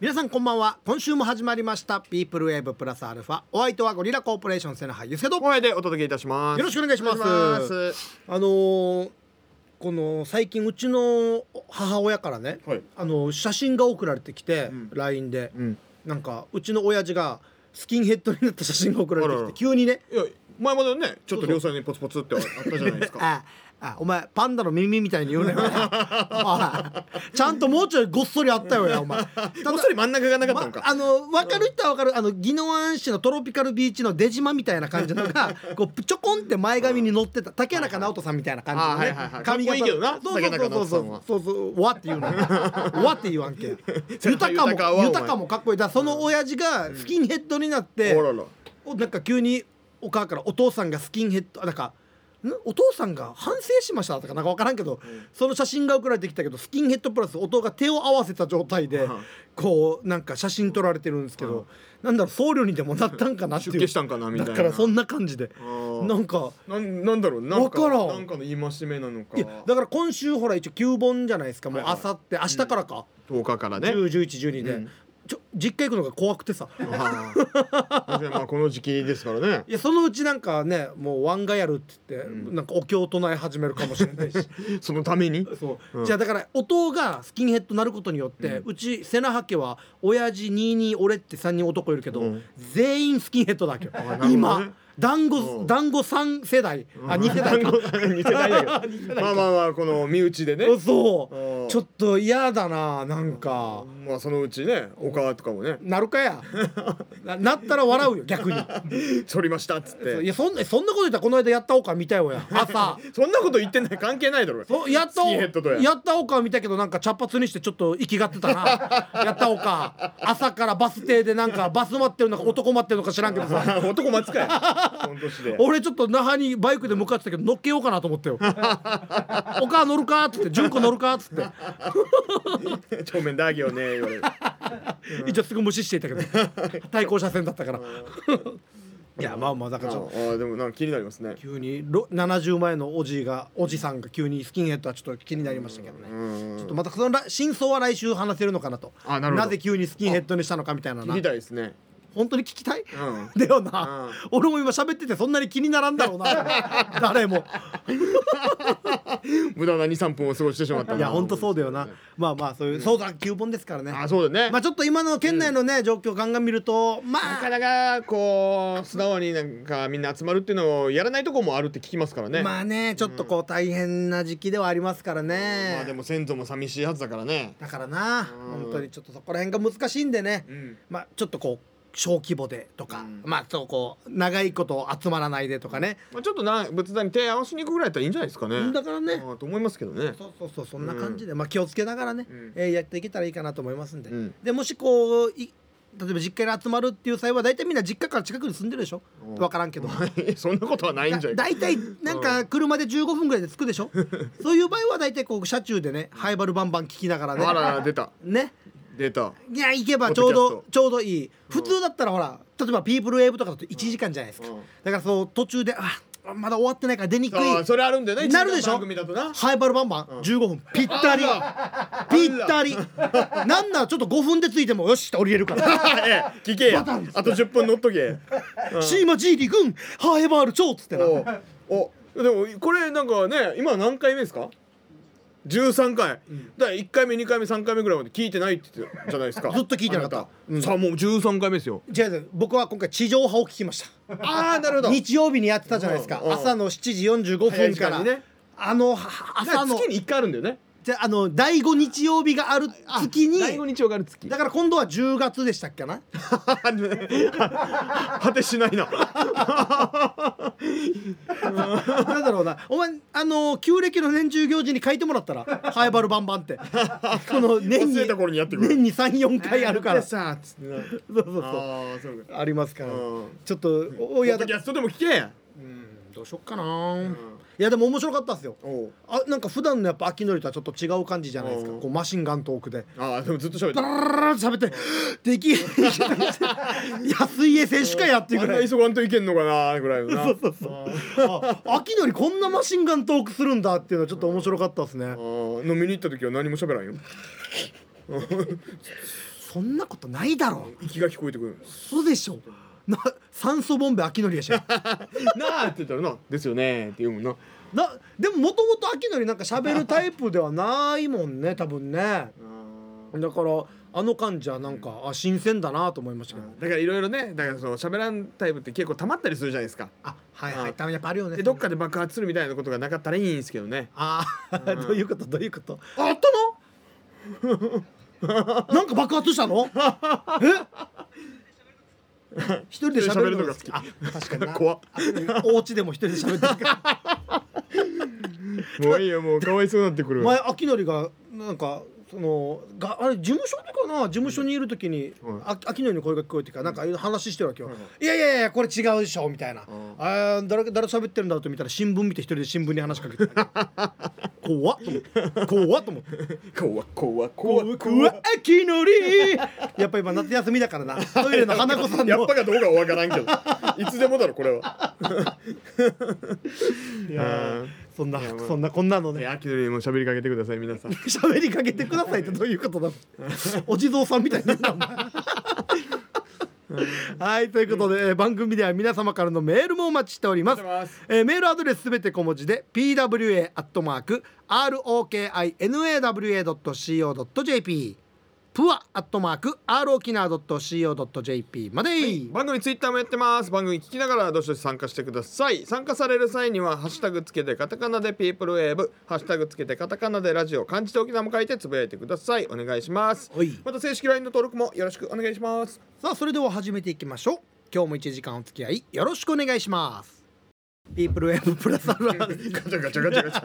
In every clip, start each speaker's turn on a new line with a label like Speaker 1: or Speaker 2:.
Speaker 1: 皆さんこんばんは今週も始まりましたピープルウェーブプラスアルファお相手はゴリラコーポレーションセナハユスケとよ
Speaker 2: 声でお届けいたします。
Speaker 1: ろしくお願いします
Speaker 2: お願いします
Speaker 1: あのーこの最近うちの母親からね、
Speaker 2: はい
Speaker 1: あの写真が送られてきて、
Speaker 2: ん
Speaker 1: LINE で、
Speaker 2: うん。
Speaker 1: なんかうちの親父がスキンヘッドになった写真が送られてき
Speaker 2: あ
Speaker 1: て
Speaker 2: らら
Speaker 1: 急にね
Speaker 2: いや前までねちょっと両サイドにポツポツってあったじゃないで すか。
Speaker 1: ああお前パンダの耳みたいに言うねおいちゃんともうちょいごっそりあったよやお前
Speaker 2: こっそり真ん中がなかったの
Speaker 1: ま
Speaker 2: か。
Speaker 1: あの分かる人は分かる、あの宜野湾市のトロピカルビーチの出島みたいな感じの がこうぷちょこんって前髪に乗ってた竹中直人さんみたいな感じのね、
Speaker 2: あはいはいはい
Speaker 1: 髪型
Speaker 2: かっこいいけど
Speaker 1: そ
Speaker 2: な
Speaker 1: うそう
Speaker 2: 竹中直人さ
Speaker 1: そ
Speaker 2: んは
Speaker 1: うそうそうそうわって 言うのわって言わんけ豊
Speaker 2: 豊
Speaker 1: か
Speaker 2: かはお
Speaker 1: も
Speaker 2: 前
Speaker 1: 豊かもかっこいいだからその親父がスキンヘッドになって、
Speaker 2: おらら。
Speaker 1: おなんか急にお母からお父さんがスキンヘッドあなんかんお父さんが反省しましたとかなんか分からんけど、その写真が送られてきたけどスキンヘッドプラスお父が手を合わせた状態で、
Speaker 2: うん
Speaker 1: こうなんか写真撮られてるんですけど、なんだろう僧侶にでもなったんかなっていう
Speaker 2: 出家したんかなみたいな
Speaker 1: だからそんな感じで
Speaker 2: あー
Speaker 1: なんか
Speaker 2: なんなんだろうなんか
Speaker 1: わからん
Speaker 2: なんかの言い回し目なのか
Speaker 1: い。やだから今週ほら一応旧本じゃないですかもうあ
Speaker 2: はいはい
Speaker 1: さって明日からか、
Speaker 2: 10日からね。
Speaker 1: 10、101112で、
Speaker 2: うん
Speaker 1: ちょ実家行くのが怖くてさ。
Speaker 2: あー確かにまあこの時期ですか らね。
Speaker 1: いやそのうちなんかねもうワンガやるって言って、なんかお経を唱え始めるかもしれない し
Speaker 2: そのために。
Speaker 1: そう、
Speaker 2: うん
Speaker 1: じゃあだから音がスキンヘッドになることによって、うち瀬名ハ家は親父22俺って3人男いるけど、
Speaker 2: うん
Speaker 1: 全員スキンヘッドだけど、
Speaker 2: ほどね
Speaker 1: 今団
Speaker 2: う
Speaker 1: 子
Speaker 2: ん
Speaker 1: 団子3世代、あ2世代か
Speaker 2: 似てないだけどまあまあまあこの身内でね。
Speaker 1: そう
Speaker 2: うん
Speaker 1: ちょっと嫌だななんか。
Speaker 2: まあそのうちねお母とかもね
Speaker 1: なるかやななったら笑うよ 逆に
Speaker 2: 反りましたっつっ
Speaker 1: い
Speaker 2: て
Speaker 1: やそんなそんなこと言ったらこの間やったおか見たよや朝
Speaker 2: そんなこと言ってない関係ないだろ
Speaker 1: そうやっ
Speaker 2: スキンヘッドと
Speaker 1: たやったおかは見たけどなんか茶髪にしてちょっと息がってた なやったおか朝からバス停でなんかバス待ってるのか男待ってるのか知らんけどさ
Speaker 2: 男待つかよその年で
Speaker 1: 俺ちょっと那覇にバイクで向かってたけど乗っけようかなと思 ったよおか乗るかっつって純子乗るかっつって
Speaker 2: 帳面だげよね言 われる
Speaker 1: 一応すぐ無視していたけ ど対向車線だったからいやまあまあだ
Speaker 2: あ
Speaker 1: からちょっと
Speaker 2: あでもなんか気になりますね
Speaker 1: 急にろ70前のおじいがおじさんが急にスキンヘッドはちょっと気になりましたけどね
Speaker 2: うん
Speaker 1: ちょっとまたそのら真相は来週話せるのかなと
Speaker 2: あなるほど
Speaker 1: ぜ急にスキンヘッドにしたのかみたいなな
Speaker 2: 聞きたいですね
Speaker 1: 本当に聞きたい、
Speaker 2: う
Speaker 1: だよな、俺も今喋っててそんなに気にならんだろう な誰も
Speaker 2: 無駄な23分を過ごしてしまったない
Speaker 1: や本当そうだよなまあまあそういうそうだ旧本ですからね
Speaker 2: あそうだね
Speaker 1: まあちょっと今の県内のね、状況ガンガン見るとま
Speaker 2: なか
Speaker 1: あ
Speaker 2: なかこう素直になんかみんな集まるっていうのをやらないとこもあるって聞きますからねま
Speaker 1: まあねちょっとこう大変な時期ではありますからね、
Speaker 2: あでも先祖も寂しいはずだからね
Speaker 1: だからな
Speaker 2: うん
Speaker 1: 本当にちょっとそこら辺が難しいんでね、
Speaker 2: うん
Speaker 1: まあちょっとこう小規模でとか、
Speaker 2: うん
Speaker 1: まあそうこう長いこと集まらないでとかね、
Speaker 2: まあちょっとな仏壇に手合わせに行くぐらいだったらいいんじゃないですかね
Speaker 1: だからね
Speaker 2: あと思いますけどね
Speaker 1: そうそうそうそんな感じで、まあ気をつけながらね、
Speaker 2: うん
Speaker 1: えーやっていけたらいいかなと思いますんで、
Speaker 2: うん
Speaker 1: でもしこうい例えば実家に集まるっていう際は大体みんな実家から近くに住んでるでしょ
Speaker 2: うん
Speaker 1: 分からんけど
Speaker 2: そんなことはないんじゃ
Speaker 1: だ
Speaker 2: ない
Speaker 1: 大体なんか車で15分ぐらいで着くでしょそういう場合は大体こう車中でねハイバルバンバン聞きなが
Speaker 2: あら
Speaker 1: ら
Speaker 2: ら出た
Speaker 1: ねね
Speaker 2: 出た
Speaker 1: いや行けばちょう
Speaker 2: ポッド
Speaker 1: ど
Speaker 2: キャス
Speaker 1: ちょうどいい普通だったらほら例えばピープルウェーブとかだと1時間じゃないですか、
Speaker 2: うん
Speaker 1: だからそう途中であまだ終わってないから出にくい
Speaker 2: ああそれあるんだよね
Speaker 1: なるでし
Speaker 2: 一時間
Speaker 1: ょ
Speaker 2: 番組だと な
Speaker 1: ハイバルバンバン、15分ぴったり
Speaker 2: あ
Speaker 1: ぴったりなんならちょっと5分でついてもよしって降りれるから
Speaker 2: ええ聞け やあと10分乗っとけ
Speaker 1: 「シーマジーリ軍ハイバル超」っつってな
Speaker 2: おおでもこれなんかね今何回目ですか13回、だから1回目2回目3回目ぐらいまで聞いてないって言ってたじゃないです か
Speaker 1: ずっと聞いてなかった
Speaker 2: あたさあもう13回目ですよ
Speaker 1: 違う違う僕は今回地上波を聞きまし
Speaker 2: ああなるほ
Speaker 1: た
Speaker 2: ど
Speaker 1: 日曜日にやってたじゃないですか
Speaker 2: うんうん
Speaker 1: 朝の7時45
Speaker 2: 早い
Speaker 1: 分
Speaker 2: 時
Speaker 1: から
Speaker 2: 間にね
Speaker 1: あのは
Speaker 2: だか
Speaker 1: 朝
Speaker 2: ら
Speaker 1: の
Speaker 2: 月に1回あるんだよね
Speaker 1: じゃあの第5日曜日がある月に
Speaker 2: 第5日曜がある月
Speaker 1: だから今度は10月でしたっけな
Speaker 2: 果てしない な
Speaker 1: なんだろうなお前あの旧暦の年中行事に書いてもらったら「ハイバルバンバ ン」ってこの年
Speaker 2: 忘
Speaker 1: に
Speaker 2: れた頃にやってくる
Speaker 1: 年に34回あるから
Speaker 2: で
Speaker 1: そう
Speaker 2: さつって
Speaker 1: そ
Speaker 2: な
Speaker 1: うそう
Speaker 2: ああそうか
Speaker 1: ありますから
Speaker 2: うん
Speaker 1: ちょっとお
Speaker 2: ポ
Speaker 1: い
Speaker 2: ッ
Speaker 1: や
Speaker 2: ド
Speaker 1: だ
Speaker 2: キャストでも聞け
Speaker 1: どうしよっかな、いやでも面白かったですよ
Speaker 2: おう
Speaker 1: あなんか普段のやっぱ秋のりとはちょっと違う感じじゃないですか
Speaker 2: うん
Speaker 1: こうマシンガントークで
Speaker 2: ああでもずっと喋って
Speaker 1: ダ
Speaker 2: る
Speaker 1: ララララ って喋ってでき 安い家選手会やっていう
Speaker 2: あ
Speaker 1: ぐ
Speaker 2: ん
Speaker 1: ら
Speaker 2: ない急がんといけんのかなぐらいのなそうそうそう
Speaker 1: あ秋のりこんなマシンガントークするんだっていうのはちょっと面白かったですね
Speaker 2: あー飲みに行った時は何も喋らんよ
Speaker 1: そんなことないだろ
Speaker 2: 息が聞こえてくるんです
Speaker 1: そうでしょな酸素ボンベ秋典やし
Speaker 2: なあって言ったらな「ですよね」って読むな
Speaker 1: なでももともと秋典なんか喋るタイプではないもんね多分ねだからあの感じはなんか、あ新鮮だなと思いましたけど、
Speaker 2: だからいろいろねだからその喋らんタイプって結構たまったりするじゃないですか
Speaker 1: あはい
Speaker 2: は
Speaker 1: はいい多分やっぱあるよね
Speaker 2: でどっかで爆発するみたいなことがなかったらいいんですけどね
Speaker 1: あー どういうことどういうこと
Speaker 2: ああったの
Speaker 1: なんか爆発したの え一人で喋るのが好き
Speaker 2: 一人で喋
Speaker 1: あ
Speaker 2: るのが
Speaker 1: 確かにな
Speaker 2: 怖っ
Speaker 1: あお家でも一人で喋ってるから
Speaker 2: もういいよもうかわいそうになってく る
Speaker 1: 前秋典がなんかそのがあれ事務所でかな事務所にいる時に、
Speaker 2: うん
Speaker 1: あ秋典の声が聞こえてからなんか話してるわけよ、
Speaker 2: うん
Speaker 1: いやいやいやこれ違うでしょみたいな、
Speaker 2: ん
Speaker 1: あー誰誰と喋ってるんだろうと見たら新聞見て一人で新聞に話しか けてたわけ怖っと思って怖っと思って
Speaker 2: 怖っ怖っ怖っ
Speaker 1: 怖っ秋典やっぱ今夏休みだからなトイレの花子さん
Speaker 2: やっ
Speaker 1: の
Speaker 2: ぱかどうかは分からんけどいつでもだろこれは いや ー
Speaker 1: そんない
Speaker 2: やもう
Speaker 1: そんなこんなの
Speaker 2: ね
Speaker 1: ね
Speaker 2: 秋のりも喋りかけてください皆さん
Speaker 1: 喋りかけてくださいってどういうこと だお地蔵さんみたいになるなお前はいということで、えー番組では皆様からのメールもお待ちしております
Speaker 2: お待ちしてま
Speaker 1: えーメールアドレスすべて小文字で pwa.rokinawa.co.jp プアットマーク r o k i n a c o j p まで、
Speaker 2: 番組ツイッターもやってます番組聞きながらどしどし参加してください参加される際には「ハッシュタグつけてカタカナでピープルウェーブ」「ハッシュタグつけてカタカナでラジオ」漢字で沖縄も書いてつぶやいてくださいお願いします
Speaker 1: はい
Speaker 2: また正式 LINE の登録もよろしくお願いします
Speaker 1: さあそれでは始めていきましょう今日も1時間お付き合いよろしくお願いしますピープルウェブプラスアルファ
Speaker 2: ガチャガチャガチャガチャ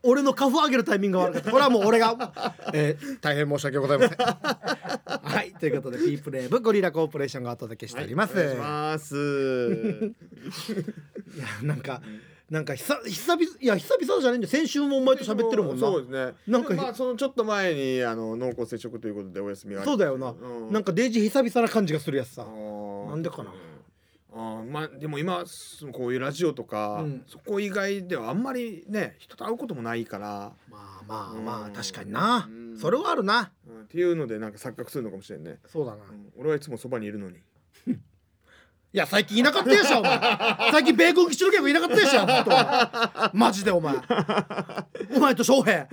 Speaker 1: 俺のカフ上げるタイミングが悪かったこれはもう俺 が、えー大変申し訳ございませんはいということでピープルウェブゴリラコーポレーションがお届けしております、
Speaker 2: お願いします
Speaker 1: いやなんかなんか久久々いや久々じゃないんで先週もお 前と喋ってるもんな
Speaker 2: そうですね
Speaker 1: なんか
Speaker 2: でまあそのちょっと前にあの濃厚接触ということでお休みがあり
Speaker 1: そうだよな、
Speaker 2: うん
Speaker 1: なんかデイジー久々な感じがするやつさ
Speaker 2: あー
Speaker 1: なんでかな
Speaker 2: あーまあでも今そのこういうラジオとか、
Speaker 1: うん
Speaker 2: そこ以外ではあんまりね人と会うこともないから、
Speaker 1: まあまあま
Speaker 2: う
Speaker 1: あ
Speaker 2: ん
Speaker 1: 確かにな
Speaker 2: うん
Speaker 1: それはあるな
Speaker 2: うんっていうのでなんか錯覚するのかもしれんね、
Speaker 1: そうだな
Speaker 2: うん俺はいつもそばにいる のに
Speaker 1: いや最近いなかったやしょお 前最近米軍基地の客いなかったやしょずっとお前マジでお前お前と翔平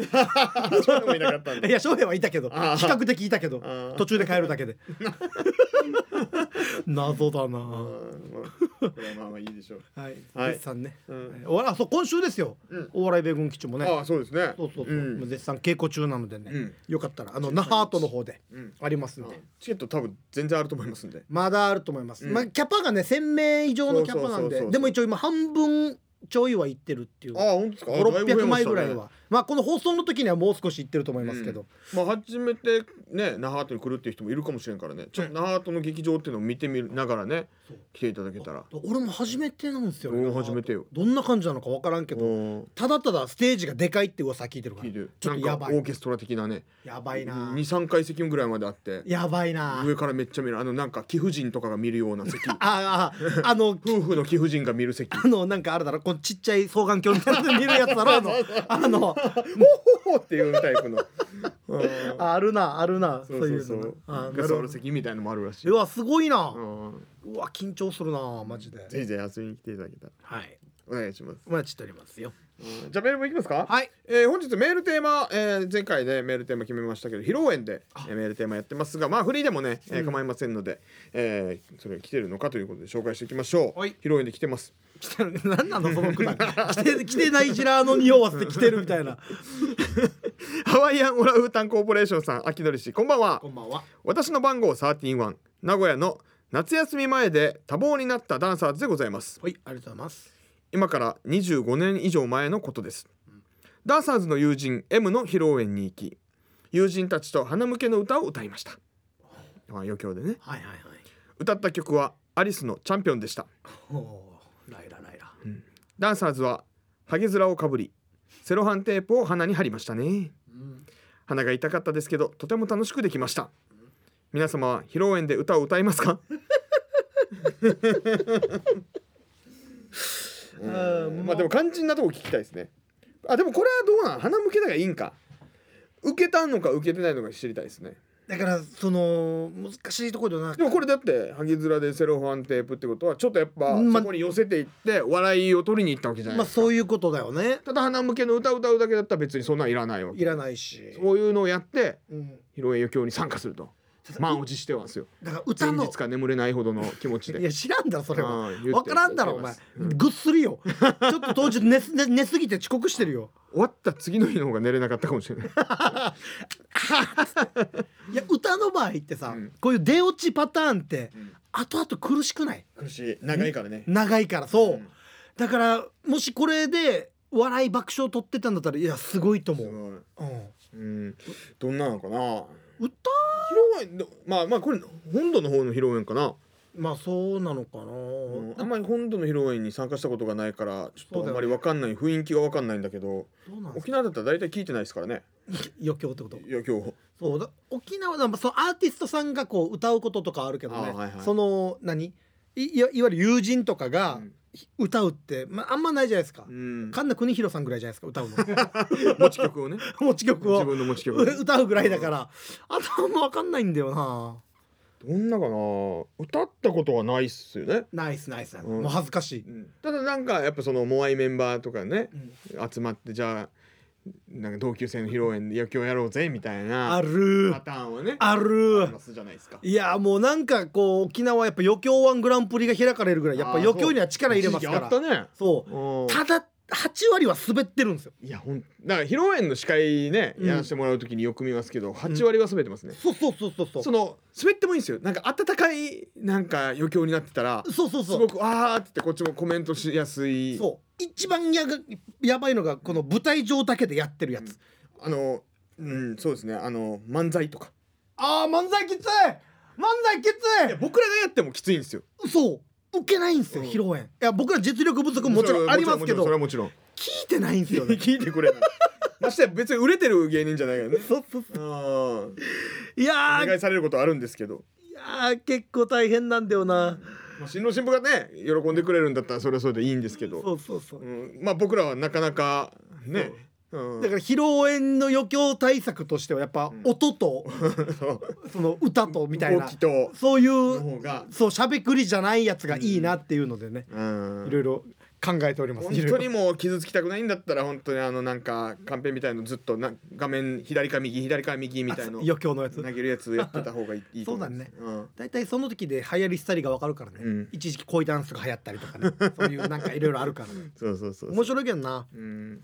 Speaker 2: そうでもいなかったん
Speaker 1: い
Speaker 2: で
Speaker 1: や翔平はいたけど比
Speaker 2: あー
Speaker 1: 較的いたけど
Speaker 2: あー
Speaker 1: 途中で帰るだ けで謎だな
Speaker 2: うん
Speaker 1: は
Speaker 2: まあ これはまあまあいいでしょう、
Speaker 1: い
Speaker 2: はい
Speaker 1: 絶賛ね
Speaker 2: うん
Speaker 1: お笑いあそう今週ですよ
Speaker 2: うん
Speaker 1: お笑い米軍基地もね
Speaker 2: ああそうですね
Speaker 1: そうそうそう、
Speaker 2: ん
Speaker 1: もう絶賛稽古中なのでね、
Speaker 2: うん
Speaker 1: よかったらあの那覇アートの方で
Speaker 2: うん
Speaker 1: ありますんで、
Speaker 2: チケット多分全然あると思いますんで
Speaker 1: まだあると思います、
Speaker 2: うん
Speaker 1: まあキャパがね1,000名以上のキャパな
Speaker 2: そ
Speaker 1: ん
Speaker 2: うそうそう
Speaker 1: で
Speaker 2: そう
Speaker 1: でも一応今半分ちょいは行ってるっていう
Speaker 2: ああ本当ですかあだいぶ増え
Speaker 1: 500600
Speaker 2: ま
Speaker 1: 枚
Speaker 2: した
Speaker 1: ぐ
Speaker 2: ね
Speaker 1: らいはま,、あこの放送の時にはもう少し行ってると思いますけど、
Speaker 2: まあ初めてね那覇アートに来るっていう人もいるかもしれんからねちょっと那覇アートの劇場っていうのを見てみながらね
Speaker 1: そう
Speaker 2: 来ていただけたら
Speaker 1: 俺も初めてなんですよね
Speaker 2: 俺も初めてよ
Speaker 1: どんな感じなのか分からんけど、
Speaker 2: うん
Speaker 1: ただただステージがでかいって噂聞いてるから
Speaker 2: 聞いてる
Speaker 1: ちょっと
Speaker 2: な
Speaker 1: や
Speaker 2: んか
Speaker 1: ばい
Speaker 2: オーケストラ的なね
Speaker 1: やばいな
Speaker 2: 23階席ぐらいまであって
Speaker 1: やばいな
Speaker 2: 上からめっちゃ見るあのなんか貴婦人とかが見るような席
Speaker 1: あーあ ーあの
Speaker 2: 夫婦の貴婦人が見 る席
Speaker 1: あのなんかあれだろこのちっちゃい双眼鏡みたいなの見るやつだろあ のあの
Speaker 2: ほほ っていうタイプのうん
Speaker 1: ああるなあるなそ
Speaker 2: そううそ
Speaker 1: いうう
Speaker 2: そ
Speaker 1: のな
Speaker 2: う
Speaker 1: あ
Speaker 2: が
Speaker 1: な
Speaker 2: 座
Speaker 1: る
Speaker 2: る席みたいのもあるらしいう
Speaker 1: わすごいな
Speaker 2: うん
Speaker 1: うわ緊張するなマジで
Speaker 2: ぜひぜひ遊びに来ていただけたら
Speaker 1: はい
Speaker 2: お願いします
Speaker 1: お待ちしておりますよ
Speaker 2: うんじゃあメールもいきますか
Speaker 1: はい
Speaker 2: えー本日メールテーマ、えー前回ねメールテーマ決めましたけど披露宴で、えーメールテーマやってますがまあフリーでもね、えー構いませんので、えーそれが来てるのかということで紹介していきましょう、
Speaker 1: はい
Speaker 2: 披露宴で来てます
Speaker 1: 来てる 何なのそのくだり来て来てないジラーの匂わせて来てるみたいな
Speaker 2: ハワイアンオランウータンコーポレーションさん秋鳥氏こんばんは
Speaker 1: こんばんは
Speaker 2: 私の番号131名古屋の夏休み前で多忙になったダンサーズでございます
Speaker 1: はいありがとうございます
Speaker 2: 今から25年以上前のことですダンサーズの友人 M の披露宴に行き友人たちと花向けの歌を歌いましたまあ余興でね
Speaker 1: はいはいはい
Speaker 2: 歌った曲はアリスの「チャンピオン」でした
Speaker 1: ほうライラライラ
Speaker 2: ダンサーズはハゲ面をかぶりセロハンテープを鼻に貼りましたね
Speaker 1: うん
Speaker 2: 鼻が痛かったですけどとても楽しくできました皆様は披露宴で歌を歌いますかうん まあでも肝心なとこ聞きたいですねあでもこれはどうなん鼻向けだがいいんか受けたのか受けてないのか知りたいですね
Speaker 1: だだからその難しいところだな
Speaker 2: でもこれだって萩面でセロファンテープってことはちょっとやっぱ
Speaker 1: ま
Speaker 2: そこに寄せていって笑いを取りに行ったわけじゃない
Speaker 1: まあ
Speaker 2: ですか、
Speaker 1: そういうことだよね
Speaker 2: ただ花向けの歌を歌うだけだったら別にそんなんいらないわけ
Speaker 1: いらないし、
Speaker 2: こういうのをやって
Speaker 1: うん、
Speaker 2: 披露宴余興に参加すると
Speaker 1: ただ
Speaker 2: 満を持してはですよ
Speaker 1: だから歌
Speaker 2: 前
Speaker 1: の
Speaker 2: 日から眠れないほどの気持ちで
Speaker 1: いや知らんだろそれは
Speaker 2: うん言って
Speaker 1: 分からんだろお前
Speaker 2: 言ってます
Speaker 1: ぐっすりよちょっと当日寝す寝寝すぎて遅刻してるよ
Speaker 2: 終わった次の日の方が寝れなかったかもしれない
Speaker 1: いや歌の場合ってさ、
Speaker 2: うん
Speaker 1: こういう出落ちパターンって、
Speaker 2: ん
Speaker 1: 後々苦しくない
Speaker 2: 苦しい長いからね
Speaker 1: 長いからそう、
Speaker 2: うん
Speaker 1: だからもしこれで笑い爆笑取ってたんだったらいやすごいと思う、うん、
Speaker 2: うんどんなのかな
Speaker 1: 歌
Speaker 2: 披露宴のまあまあこれ本土の方の披露宴かな、
Speaker 1: まあそうなのかな、
Speaker 2: うんあんまり本土の披露宴に参加したことがないからちょっ
Speaker 1: そうだ
Speaker 2: とあん
Speaker 1: よね
Speaker 2: まりわかんない雰囲気がわかんないんだけど
Speaker 1: どうなんです
Speaker 2: 沖
Speaker 1: か
Speaker 2: 縄だったら大体聞いてないですからね
Speaker 1: 余興ってこと
Speaker 2: いや今日
Speaker 1: そうだ沖縄だまあそのアーティストさんがこう歌うこととかあるけどね、
Speaker 2: あはいはい
Speaker 1: その何いいわいわゆる友人とかが
Speaker 2: うん
Speaker 1: 歌うって、まあ、あんまないじゃないですか、
Speaker 2: うん
Speaker 1: 神田邦弘さんぐらいじゃないですか歌う の
Speaker 2: 持ち曲をね
Speaker 1: 持ち曲
Speaker 2: 自
Speaker 1: を
Speaker 2: 分の持ち曲をね
Speaker 1: う歌うぐらいだからあとあんま分かんないんだよな
Speaker 2: どんなかな歌ったことはないっすよね、
Speaker 1: ナイスナイスナイス、
Speaker 2: うん
Speaker 1: もう恥ずかしい、
Speaker 2: ただなんかやっぱそのモアイメンバーとかね
Speaker 1: うん
Speaker 2: 集まってじゃあなんか同級生の披露宴で野球をやろうぜみたいな
Speaker 1: ある
Speaker 2: パターンをね
Speaker 1: あ
Speaker 2: あ
Speaker 1: る
Speaker 2: りますじゃないですか
Speaker 1: いやもうなんかこう沖縄はやっぱ余興ワングランプリが開かれるぐらいやっぱ
Speaker 2: あー
Speaker 1: 余興には力入れますか
Speaker 2: 一
Speaker 1: ら
Speaker 2: 時期あったね
Speaker 1: そう
Speaker 2: う
Speaker 1: た
Speaker 2: ん
Speaker 1: だ8割は滑ってるんですよ
Speaker 2: いやほんだから披露宴の司会ね
Speaker 1: うん
Speaker 2: やらせてもらうときによく見ますけど8割は滑ってますね、
Speaker 1: そうそうそうそうそう
Speaker 2: その滑ってもいいんですよなんか温かいなんか余興になってたら
Speaker 1: そうそう
Speaker 2: す
Speaker 1: そ
Speaker 2: ご
Speaker 1: う
Speaker 2: くあーってこっちもコメントしやすい
Speaker 1: そう一番やがやばいのがこの舞台上だけでやってるやつ、
Speaker 2: うんあのうんそうですねあの漫才とか
Speaker 1: あー漫才きつい漫才き
Speaker 2: いや
Speaker 1: つ
Speaker 2: 僕らがやってもきついんですよ
Speaker 1: いそう受けないんですよ、
Speaker 2: うん
Speaker 1: 披露宴いや僕ら実力不足もちろんありますけど
Speaker 2: それはもちろん
Speaker 1: 聞いてないん ですよね
Speaker 2: 聞いてくれないましてや別に売れてる芸人じゃないからね
Speaker 1: そうそう
Speaker 2: あー
Speaker 1: いや
Speaker 2: お
Speaker 1: ー
Speaker 2: 願いされることあるんですけど
Speaker 1: いやー結構大変なんだよな、
Speaker 2: まあ新郎新婦がね喜んでくれるんだったらそれはそれでいいんですけど
Speaker 1: そうそうそう、
Speaker 2: うん、まあ僕らはなかなかね、うん
Speaker 1: だから披露宴の余興対策としてはやっぱ
Speaker 2: ん
Speaker 1: 音と、
Speaker 2: そう
Speaker 1: その歌とみたいな
Speaker 2: 動きと
Speaker 1: そうい
Speaker 2: の
Speaker 1: う
Speaker 2: 方が、
Speaker 1: そうしゃべくりじゃないやつがいいなっていうのでね、
Speaker 2: うん
Speaker 1: いろいろ考えております
Speaker 2: 本当にもう傷つきたくないんだったら本当にあのなんかカンペみたいのずっとな画面左か右左か右みたいの
Speaker 1: 余興のやつ
Speaker 2: 投げるやつやってた方がいいいいと思
Speaker 1: そうだね
Speaker 2: うん
Speaker 1: 大体その時で流行りしたりが分かるからね、
Speaker 2: うん
Speaker 1: 一時期恋ダンスが流行ったりと かねそういうなんかいろいろあるから、ね、
Speaker 2: そうそうそうそう
Speaker 1: 面白いけど な
Speaker 2: うん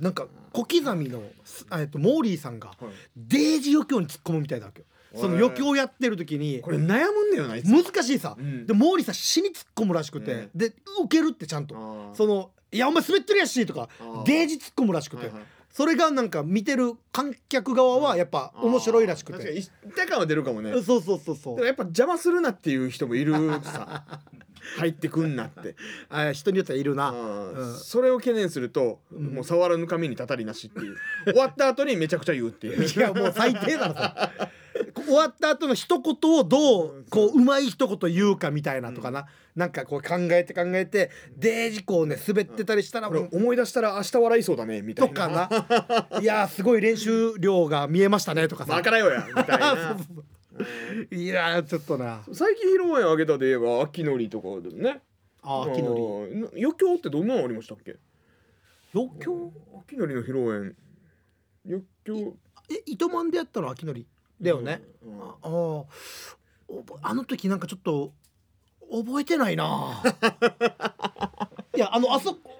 Speaker 1: なんか小刻みの、すえっと、モーリーさんが
Speaker 2: はい
Speaker 1: デージ余興に突っ込むみたいだわけよその
Speaker 2: へー
Speaker 1: 余興をやってる時に
Speaker 2: これ悩むんだよないつも
Speaker 1: 難しいさ、
Speaker 2: うん
Speaker 1: でモーリーさん死に突っ込むらしくて、
Speaker 2: うん
Speaker 1: で受けるってちゃんと
Speaker 2: あー
Speaker 1: その「いやお前滑ってるやし」とか
Speaker 2: あー
Speaker 1: デージ突っ込むらしく
Speaker 2: は
Speaker 1: て、
Speaker 2: いはい
Speaker 1: それがなんか見てる観客側はやっぱ面白いらしく
Speaker 2: あー
Speaker 1: て、
Speaker 2: 確かに一体感は出るかもね
Speaker 1: そうそうそうそ
Speaker 2: でも
Speaker 1: う
Speaker 2: やっぱ邪魔するなっていう人もいるさ 入ってくんなって
Speaker 1: あ人によってはいるな、うん
Speaker 2: それを懸念すると、もう触らぬ神にたたりなしっていう 終わった後にめちゃくちゃ言うっていう
Speaker 1: いやもう最低だろさ 終わった後の一言をどうこううまい一言言うかみたいなとかな、なんかこう考えて考えてデージこうね滑ってたりしたら
Speaker 2: こ
Speaker 1: も
Speaker 2: れ
Speaker 1: う
Speaker 2: 思い出したら明日笑いそうだねみた
Speaker 1: と
Speaker 2: いな
Speaker 1: かないやーすごい練習量が見えましたねとか
Speaker 2: バ
Speaker 1: さ
Speaker 2: カだよやみた い
Speaker 1: そう
Speaker 2: な
Speaker 1: そうそういやーちょっとな
Speaker 2: 最近披露宴あげたで言えば秋のりとかでもね
Speaker 1: あー秋のり
Speaker 2: り余興ってどんなのありましたっけ
Speaker 1: 余興
Speaker 2: 秋のりの披露宴余興
Speaker 1: え糸満でやったの秋のりだよね、
Speaker 2: うん
Speaker 1: ああーおぼあの時なんかちょっと覚えてない ないやあのあそこ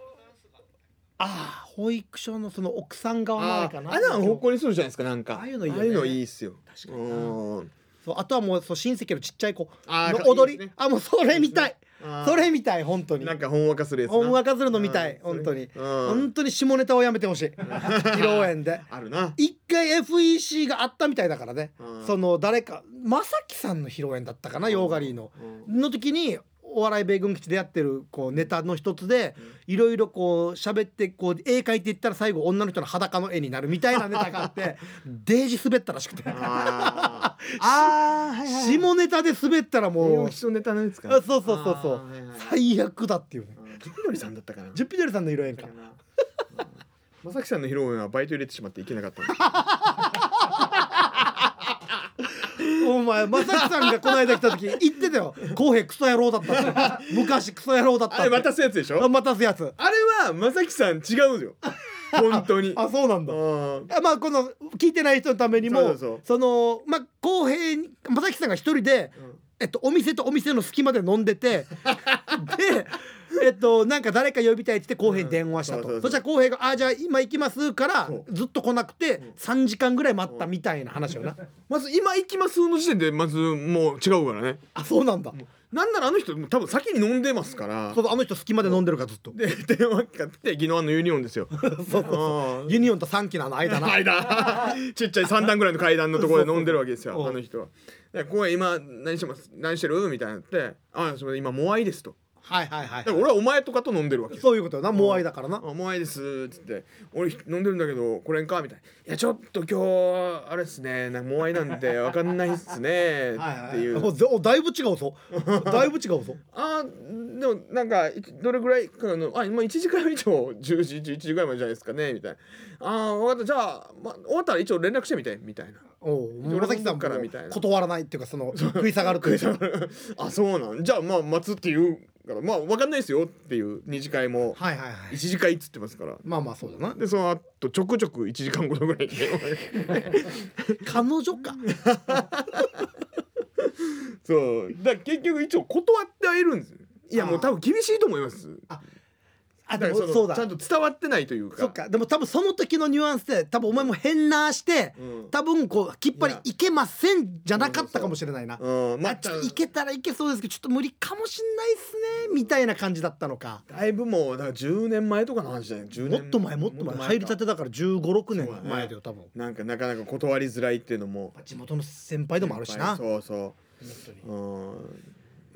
Speaker 1: ああ保育所のその奥さん側のあ
Speaker 2: あ
Speaker 1: れか
Speaker 2: ー
Speaker 1: な
Speaker 2: あれは方向にするじゃないですかなんか
Speaker 1: ああいうのいいよね
Speaker 2: っすよ
Speaker 1: 確かにな
Speaker 2: うん
Speaker 1: そうあとはもうそう親戚のちっちゃい子
Speaker 2: あ
Speaker 1: の
Speaker 2: ー
Speaker 1: 踊り
Speaker 2: いいですね
Speaker 1: あもうそれみたい
Speaker 2: あー
Speaker 1: それみたい本当に
Speaker 2: なんかほんわかするやつな
Speaker 1: 本わかするのみたい
Speaker 2: うん
Speaker 1: 本当に
Speaker 2: うん
Speaker 1: 本当に下ネタをやめてほしい披露宴で
Speaker 2: あるな
Speaker 1: 一回 FEC があったみたいだからね
Speaker 2: うん
Speaker 1: その誰か正樹さんの披露宴だったかなヨーガリーのの時にお笑い米軍基地でやってるこうネタの一つでいろいろこう喋ってこう絵描いていったら最後女の人の裸の絵になるみたいなネタがあって デージ滑ったらしくて
Speaker 2: あーあーはいはいはい
Speaker 1: 下ネタで滑ったらもう
Speaker 2: もう基礎ネタなんですか
Speaker 1: あそうそうそうそう
Speaker 2: あーはいはい
Speaker 1: 最悪だっていうね
Speaker 2: ジュピノリさんだったかな
Speaker 1: ジュピテルさんの色縁
Speaker 2: だ
Speaker 1: か
Speaker 2: ったかなうんまさきさんの披露宴はバイト入れてしまっていけなかったんです
Speaker 1: お前まさきさんがこの間来た時言ってたよ「浩平クソ野郎だった」って昔クソ野郎だったっ
Speaker 2: あ
Speaker 1: て
Speaker 2: れ渡すやつでしょ
Speaker 1: あ待たすやつ
Speaker 2: あれはまさきさん違うよ本当に
Speaker 1: あそうなんだ
Speaker 2: うん
Speaker 1: あまあこの聞いてない人のためにも
Speaker 2: そ
Speaker 1: そう
Speaker 2: そうそう
Speaker 1: のまあ浩平に正樹さんが一人で、えっと、お店とお店の隙間で飲んで てでえっとなんか誰か呼びたいって言って浩平に電話したと、
Speaker 2: うん
Speaker 1: そ
Speaker 2: そ
Speaker 1: う
Speaker 2: そうそう
Speaker 1: したら浩平が「あじゃあ今行きます」から
Speaker 2: そう
Speaker 1: ずっと来なくて3時間ぐらい待ったみたいな話よな、
Speaker 2: まず今行きますの時点でまずもう違うからね
Speaker 1: あそうなんだ、
Speaker 2: なんならあの人もう多分先に飲んでますから
Speaker 1: そうあの人隙間で飲んでるからずっと
Speaker 2: で電話かかってきて宜野湾のユニオン ですよ
Speaker 1: そうそうそうユニオンと3期のあの間な
Speaker 2: 間 ちっちゃい3段ぐらいの階段のところで飲んでるわけです
Speaker 1: そう
Speaker 2: よ
Speaker 1: そう
Speaker 2: あの人はで「ここへ今何してます何してる?」みたいになって「あすみません今モアイです」と
Speaker 1: はいはいは
Speaker 2: だから俺はお前とかと飲んでるわけです
Speaker 1: そういうことよなモアイだからな、
Speaker 2: あもういいです」っつって「俺飲んでるんだけどこれんか?」みたいな「いやちょっと今日あれっすねなんかもうあいなんで分かんないっす ね」っていう。
Speaker 1: おぜおだいぶ違う ぞだいぶ違うぞ
Speaker 2: あーでもなんかいどれぐらいかのあ今1時間以上10時11時ぐらいまでじゃないですかねみたいな「ああ分かったじゃあ、まあ、終わったら一応連絡してみて」みたいな
Speaker 1: おう
Speaker 2: 俺
Speaker 1: 紫さん
Speaker 2: も
Speaker 1: も
Speaker 2: からみたいな
Speaker 1: 断らないっていうかその食い下がるというか
Speaker 2: 「あそうなんじゃあまあ待つ」って言うから「まあ分かんないですよ」っていう二次会も
Speaker 1: はいはいはい
Speaker 2: 一次会っつってますから
Speaker 1: まあまあそうだな
Speaker 2: でその後ちょくちょく1時間後ぐらいに
Speaker 1: 彼女か
Speaker 2: そうだから結局一応断ってはいるんですよいやもう
Speaker 1: あー
Speaker 2: 多分厳しいと思います
Speaker 1: あ
Speaker 2: だ
Speaker 1: で
Speaker 2: か
Speaker 1: も
Speaker 2: らその
Speaker 1: そうだ
Speaker 2: ちゃんと伝わってないというか
Speaker 1: そっかでも多分その時のニュアンスで多分お前も変なして、
Speaker 2: うん
Speaker 1: 多分こうきっぱり
Speaker 2: いや
Speaker 1: いけませんじゃなかったかもしれないな、
Speaker 2: うんま
Speaker 1: あ
Speaker 2: あ
Speaker 1: ちょっといけたらいけそうですけどちょっと無理かもしんないっすねみたいな感じだったのか
Speaker 2: だいぶもうだから10年前とかの話だよ10
Speaker 1: も
Speaker 2: 年
Speaker 1: っと前もっと前入りた
Speaker 2: て
Speaker 1: てだから1 5六6
Speaker 2: そう
Speaker 1: 年
Speaker 2: だね
Speaker 1: 前だよ多分
Speaker 2: なんかなかなか断りづらいっていうのも
Speaker 1: 地元の先輩でもあるしな
Speaker 2: そうそ
Speaker 1: 本当に
Speaker 2: うう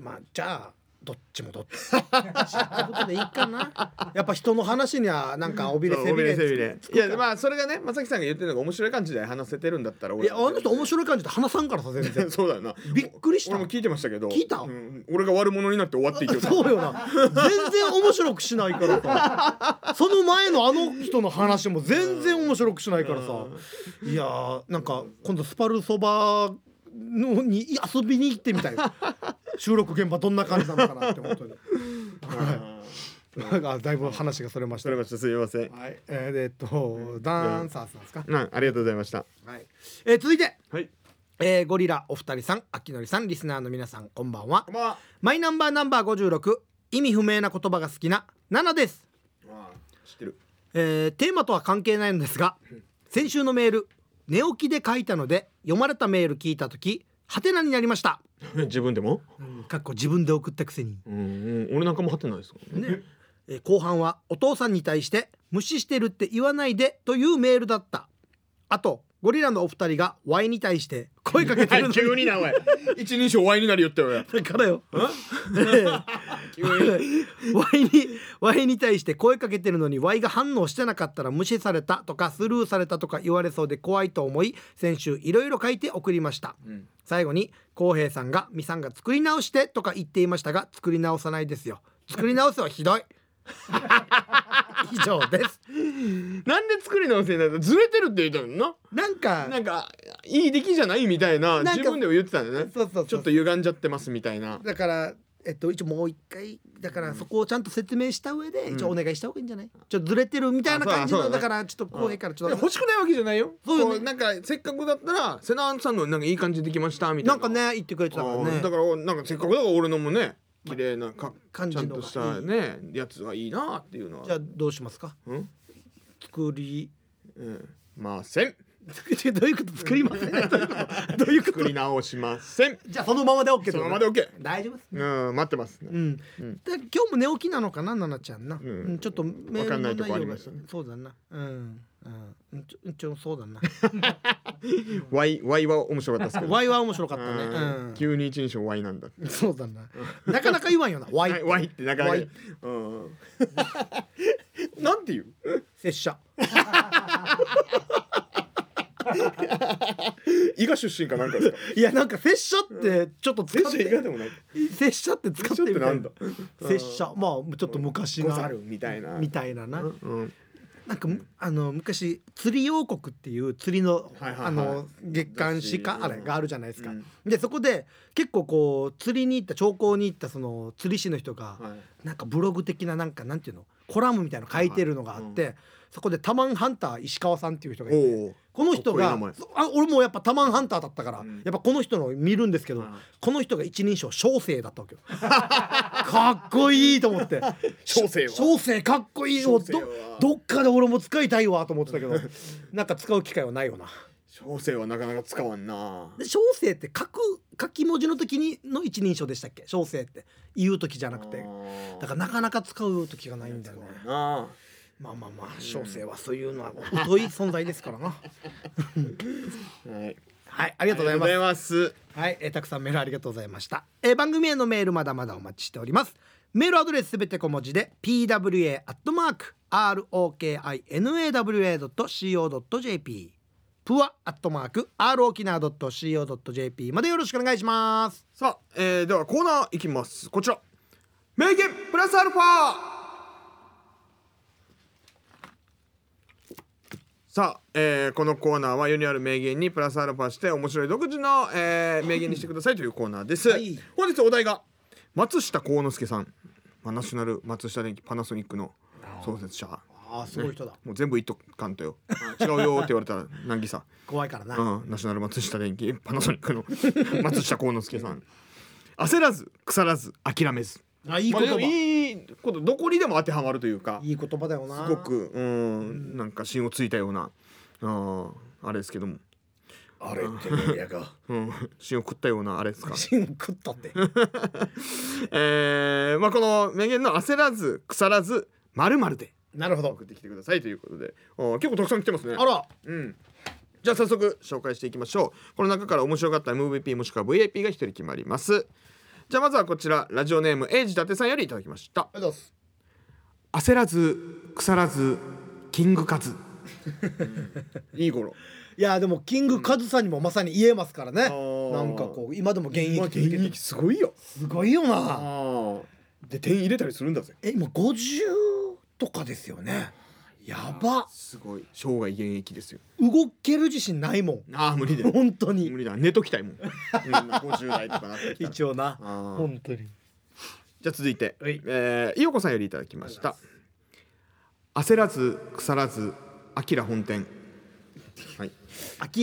Speaker 2: ん
Speaker 1: まあじゃあどっちもどっち知ったことでいいかなやっぱ人の話にはなんかおびれ
Speaker 2: そう
Speaker 1: せ
Speaker 2: お
Speaker 1: び
Speaker 2: び
Speaker 1: れ
Speaker 2: れせびれいやまあそれがね正木さんが言ってるのが面白い感じで話せてるんだったら
Speaker 1: い
Speaker 2: 俺
Speaker 1: やあの人面白い感じで話さんからさ全然
Speaker 2: そうだよな
Speaker 1: びっくりした
Speaker 2: 俺も聞いてましたけど
Speaker 1: 聞いた
Speaker 2: うん俺が悪者になって終わっていきよった
Speaker 1: そうよな全然面白くしないからさその前のあの人の話も全然面白くしないからさいやーなんか今度スパルそばのに遊びに行ってみたい収録現場どんな感じなのかなって本当に
Speaker 2: うん
Speaker 1: なんかだいぶ話がそれまし
Speaker 2: そ
Speaker 1: た
Speaker 2: れましたすみません
Speaker 1: はいえーでえっとダンサーさんですか
Speaker 2: うんありがとうございました
Speaker 1: はい、えー続いて、
Speaker 2: はい
Speaker 1: えーゴリラお二人さん、あきのりさん、リスナーの皆さん、こんばんは。
Speaker 2: こんばんは
Speaker 1: マイナンバーナンバー56、意味不明な言葉が好きな7です。
Speaker 2: 知ってる
Speaker 1: えーテーマとは関係ないのですが先週のメール寝起きで書いたので読まれたメール聞いた時ハテナになりました、
Speaker 2: 自分でも
Speaker 1: かっこ自分で送ったくせに、
Speaker 2: うん俺なんかもはってないですからね
Speaker 1: ねえー後半はお父さんに対して無視してるって言わないでというメールだったあとゴリラのお二人が Y に対して声かけてるのに
Speaker 2: 急になおい 一人称 Y になりよって俺
Speaker 1: だからよ
Speaker 2: 急に
Speaker 1: Y に Y に対して声かけてるのに Y が反応してなかったら無視されたとかスルーされたとか言われそうで怖いと思い先週いろいろ書いて送りました、
Speaker 2: ん
Speaker 1: 最後に浩平さんが「みさんが作り直して」とか言っていましたが作り直さないですよ作り直すはひ どい以上です
Speaker 2: なんで作り直せないのずれてるって言ったのにな
Speaker 1: なんか
Speaker 2: なんかいい出来じゃないみたい
Speaker 1: な
Speaker 2: な
Speaker 1: んか
Speaker 2: 自分でも言ってたんだよね
Speaker 1: そうそうそう
Speaker 2: ちょっと歪んじゃってますみたいな
Speaker 1: だからえっと一応もう一回だからそこをちゃんと説明した上で一応お願いした方がいいんじゃない、ちょっとずれてるみたいな感じ
Speaker 2: あそ
Speaker 1: の
Speaker 2: う
Speaker 1: だ
Speaker 2: だね
Speaker 1: からちょっと浩平からちょっと
Speaker 2: 欲しくないわけじゃないよ
Speaker 1: そうよね
Speaker 2: こなんかせっかくだったら瀬名さんのなんかいい感じでできましたみた
Speaker 1: ないん
Speaker 2: な
Speaker 1: かね言ってくれてたから
Speaker 2: あ
Speaker 1: ね
Speaker 2: ーだからなんかせっかくだから俺のもね綺麗なか
Speaker 1: 感じ
Speaker 2: ちゃ
Speaker 1: の
Speaker 2: ん
Speaker 1: が
Speaker 2: としたねやつがいいなっていうのは
Speaker 1: じゃあどうしますか
Speaker 2: うん
Speaker 1: 作り
Speaker 2: うんません
Speaker 1: 違うどういうこと作りま せんどういうこと どういうこ
Speaker 2: 作り直しません
Speaker 1: とじゃあそのままで OK
Speaker 2: そのままで OK
Speaker 1: 大丈夫です
Speaker 2: うん待ってます
Speaker 1: うん、で今日も寝起きなのかな奈々ちゃんな、うんん、ちょっとメー
Speaker 2: わか
Speaker 1: ル
Speaker 2: んない
Speaker 1: の
Speaker 2: とこ
Speaker 1: 内
Speaker 2: あり
Speaker 1: 容
Speaker 2: ま
Speaker 1: が
Speaker 2: したね
Speaker 1: そうだなうんうんちょちょそうだ な
Speaker 2: Y Y は面白かったですけど
Speaker 1: Y は面白かったね
Speaker 2: う
Speaker 1: うん
Speaker 2: 急に一人称 Y なんだ
Speaker 1: ん そうだななかなか言わんよな Y
Speaker 2: はい Y ってなかなか
Speaker 1: Y
Speaker 2: うん なんていう
Speaker 1: 拙者
Speaker 2: 伊賀出身かなんか ですか
Speaker 1: いやなんか拙者ってちょっと使
Speaker 2: 全
Speaker 1: っ
Speaker 2: 然伊
Speaker 1: て
Speaker 2: 賀でもない
Speaker 1: 拙者って使って
Speaker 2: ちょっ
Speaker 1: み
Speaker 2: と
Speaker 1: たい
Speaker 2: なんだ
Speaker 1: 拙者まあちょっと昔
Speaker 2: ござ
Speaker 1: な
Speaker 2: るみたいな
Speaker 1: みたいなな
Speaker 2: うん
Speaker 1: なんかむあの昔釣り王国っていう釣りの,、
Speaker 2: はいはいはい
Speaker 1: あの月刊誌か
Speaker 2: 雑誌
Speaker 1: あれがあるじゃないですか、
Speaker 2: うん
Speaker 1: でそこで結構こう釣りに行った兆候に行ったその釣り師の人が、
Speaker 2: はい
Speaker 1: なんかブログ的ななんかなんていうのコラムみたいなの書いてるのがあって、そこでタマンハンター石川さんっていう人がいて
Speaker 2: おお
Speaker 1: この人が
Speaker 2: かっこいい名前
Speaker 1: そあ俺もやっぱタマンハンターだったから、
Speaker 2: うん
Speaker 1: やっぱこの人の見るんですけど、
Speaker 2: はい
Speaker 1: この人が一人称小生だった わけよかっこいいと思 って
Speaker 2: 小生は
Speaker 1: 小生かっこいいよ
Speaker 2: 小生は
Speaker 1: どどっかで俺も使いたいわと思ってたけど なんか使う機会はないよな
Speaker 2: 小生はなかなか使わ んな
Speaker 1: で小生って書く書き文字の時にの一人称でしたっけ小生って言う時じゃなくてだかららなかなか使う時がないんだよね
Speaker 2: な
Speaker 1: まあまあまあ小生はそういうのは疎い存在です からな
Speaker 2: あはい
Speaker 1: はいあ
Speaker 2: あ
Speaker 1: りがとうございます
Speaker 2: ます
Speaker 1: はい、えーたくさんメールありがとうございました、えー番組へのメールまだまだお待ちしておりますメールアドレスすべて小文字で pwa アットマーク rokinawa.co.jp プワアットマーク rokina.co.jp までよろしくお願いします
Speaker 2: さあ、えー、ではコーナーいきますこちら名言プラスアルファさあ、えー、このコーナーは世にある名言にプラスアルファして面白い独自の、えー、名言にしてくださいというコーナーです、
Speaker 1: はい
Speaker 2: 本日お題が松下幸之助さん、まあ、ナショナル松下電機パナソニックの創設者
Speaker 1: ああすごい人だ、
Speaker 2: もう全部言っとかんとよあ違うよって言われたら難儀さ
Speaker 1: 怖いからな、
Speaker 2: うん、ナショナル松下電機 パナソニックの松下幸之助さん焦らず腐らず諦めず
Speaker 1: あいい
Speaker 2: ま
Speaker 1: 言
Speaker 2: あでも
Speaker 1: 葉、
Speaker 2: いいことどこにでも当てはまるというか
Speaker 1: いい言葉だよな
Speaker 2: すごくうんなんか芯をついたようなああれですけども、
Speaker 1: あれってやが
Speaker 2: うん、芯を食ったようなあれです か
Speaker 1: シン食ったって
Speaker 2: えーまあこの名言の焦らず腐らずまるまるで
Speaker 1: なるほど
Speaker 2: 送ってきてくださいということであー結構たくさん来てますね
Speaker 1: あら
Speaker 2: うん。じゃあ早速紹介していきましょう。この中から面白かった MVP もしくは VIP が一人決まります。じゃあまずはこちらラジオネームエイジ伊達さんよりいただきました。
Speaker 1: ありがとうございます
Speaker 2: 焦らず腐らずキングカズ。いい頃。
Speaker 1: いやでもキングカズさんにもまさに言えますからね、
Speaker 2: ー
Speaker 1: なんかこう今でも現役
Speaker 2: まあ
Speaker 1: 続けてる
Speaker 2: すごいよ。
Speaker 1: すごいよな
Speaker 2: ああ。で点入れたりするんだぜ。
Speaker 1: え今50とかですよねやば
Speaker 2: すごい。生涯現役ですよ。
Speaker 1: 動ける自信ないも
Speaker 2: ああ無理だ
Speaker 1: ん
Speaker 2: よ。
Speaker 1: 本当に
Speaker 2: 無理だ。寝とき たいもん。五十代とかなってきたら。
Speaker 1: 一応な
Speaker 2: あー
Speaker 1: 本当に
Speaker 2: じゃあ続いて、
Speaker 1: はい
Speaker 2: えー、いよこさんよりいただきました。焦らず腐らず、あきら本店。はい。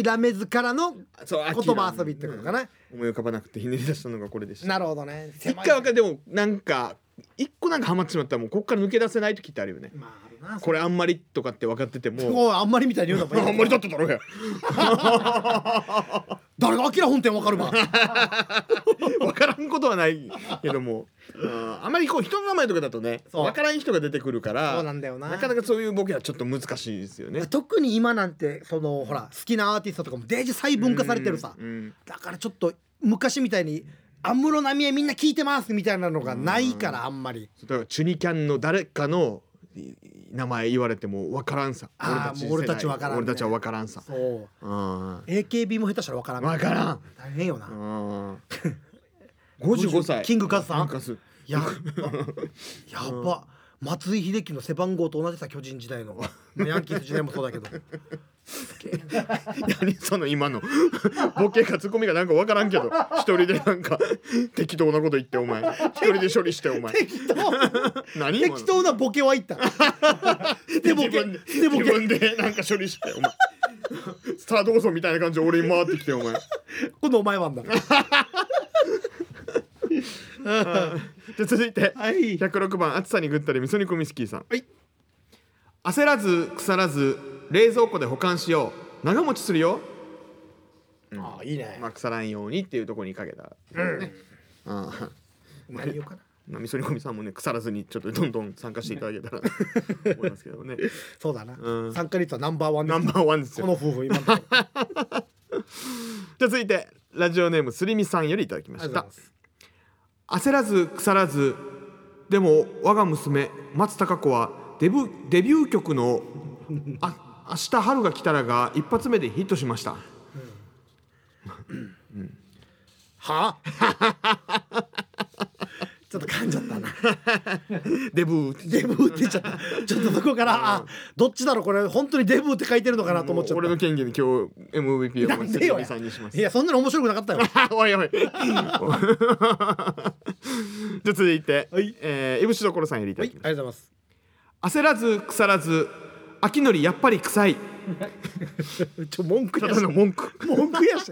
Speaker 1: 諦めずからの言
Speaker 2: そう
Speaker 1: 葉遊びってことかな、
Speaker 2: 思い浮かばなくてひねり出したのがこれでした。
Speaker 1: なるほどね
Speaker 2: 一
Speaker 1: 狭い
Speaker 2: 回わかるでもなんか一個なんかハマってしまったらもうこっから抜け出せない時ってあるよね。
Speaker 1: まああるな
Speaker 2: これあんまりとかって分かってても。
Speaker 1: おいあんまりみたいに言うのも
Speaker 2: あ
Speaker 1: い
Speaker 2: ん
Speaker 1: い
Speaker 2: まりだっただろうや。
Speaker 1: 誰がアキラ本店わかるわ
Speaker 2: 分からんことはないけども。うんあんまりこう人の名前とかだとね、
Speaker 1: そう
Speaker 2: 分からん人が出てくるから。
Speaker 1: そうなんだよな
Speaker 2: なかなかそういうボケはちょっと難しいですよね。
Speaker 1: 特に今なんてそのほら好きなアーティストとかもデージ細分化されてるさ、
Speaker 2: うんうん
Speaker 1: だからちょっと昔みたいに安室奈美恵みんな聞いてますみたいなのがないからあんまり
Speaker 2: だからチュニキャンの誰かのい名前言われても分からんさ
Speaker 1: あー
Speaker 2: 世代
Speaker 1: もう俺たち分からんね
Speaker 2: 俺たちは分からんさ
Speaker 1: そう
Speaker 2: あ
Speaker 1: AKB も下手したらわからん
Speaker 2: 分からん
Speaker 1: 大変よな、
Speaker 2: あー55歳
Speaker 1: キングカズさん
Speaker 2: キングカズ
Speaker 1: やっばやっば松井秀喜の背番号と同じさ巨人時代の、まあ、ヤンキース時代もそうだけど
Speaker 2: 何その今の ボケかツッコミかなんか分からんけど一人でなんか適当なこと言ってお前一人で処理してお前
Speaker 1: 適当
Speaker 2: 何今の
Speaker 1: 適当なボケは言った捨てボケ
Speaker 2: 自分で
Speaker 1: 捨てボ
Speaker 2: 自
Speaker 1: ケ
Speaker 2: 分でなんか処理してお前スターどうぞみたいな感じで俺に回ってきてお前
Speaker 1: 今度お前はあんだ
Speaker 2: じゃあ続いて、
Speaker 1: はい
Speaker 2: 106番暑さにぐったり味噌煮込みスキーさん、焦らず腐らず冷蔵庫で保管しよう長持ちするよ、
Speaker 1: ああいいね、
Speaker 2: まあ、腐らんようにっていうところにかけた、ねああ
Speaker 1: 何言おうかな
Speaker 2: まあ味噌煮込みさんもね腐らずにちょっとどんどん参加していただけたら 思いますけどね
Speaker 1: そうだな、
Speaker 2: うん
Speaker 1: 参加率はナンバーワンで
Speaker 2: ナ
Speaker 1: す
Speaker 2: ンバーワンです
Speaker 1: こ
Speaker 2: よ
Speaker 1: の夫婦今のところあ
Speaker 2: じゃあ続いてラジオネームすりみさんよりいただきま
Speaker 1: りがとう
Speaker 2: し
Speaker 1: ございま
Speaker 2: た
Speaker 1: す
Speaker 2: 焦らず腐らずでも我が娘松たか子はデブデビュー曲の「あ明日春が来たら」が一発目でヒットしました
Speaker 1: はあちょっと噛んじゃったな
Speaker 2: デブーって
Speaker 1: デブーって言っちゃったちょっとそこから、あどっちだろうこれ本当にデブーって書いてるのかなと思っちゃっ
Speaker 2: 俺の権限で今日 MVP を
Speaker 1: なんでよ
Speaker 2: 関さんにしま
Speaker 1: た
Speaker 2: す
Speaker 1: いやそんなの面白くなかったよ
Speaker 2: おいおい じゃあ続いて、
Speaker 1: はい
Speaker 2: えーいぶしどころさんよりいた
Speaker 1: は
Speaker 2: だ
Speaker 1: い
Speaker 2: きます、
Speaker 1: ありがとうございます
Speaker 2: 焦らず腐らず秋のりやっぱり臭い
Speaker 1: ちょ文句
Speaker 2: た
Speaker 1: や
Speaker 2: だ
Speaker 1: し
Speaker 2: の文句
Speaker 1: 文句やし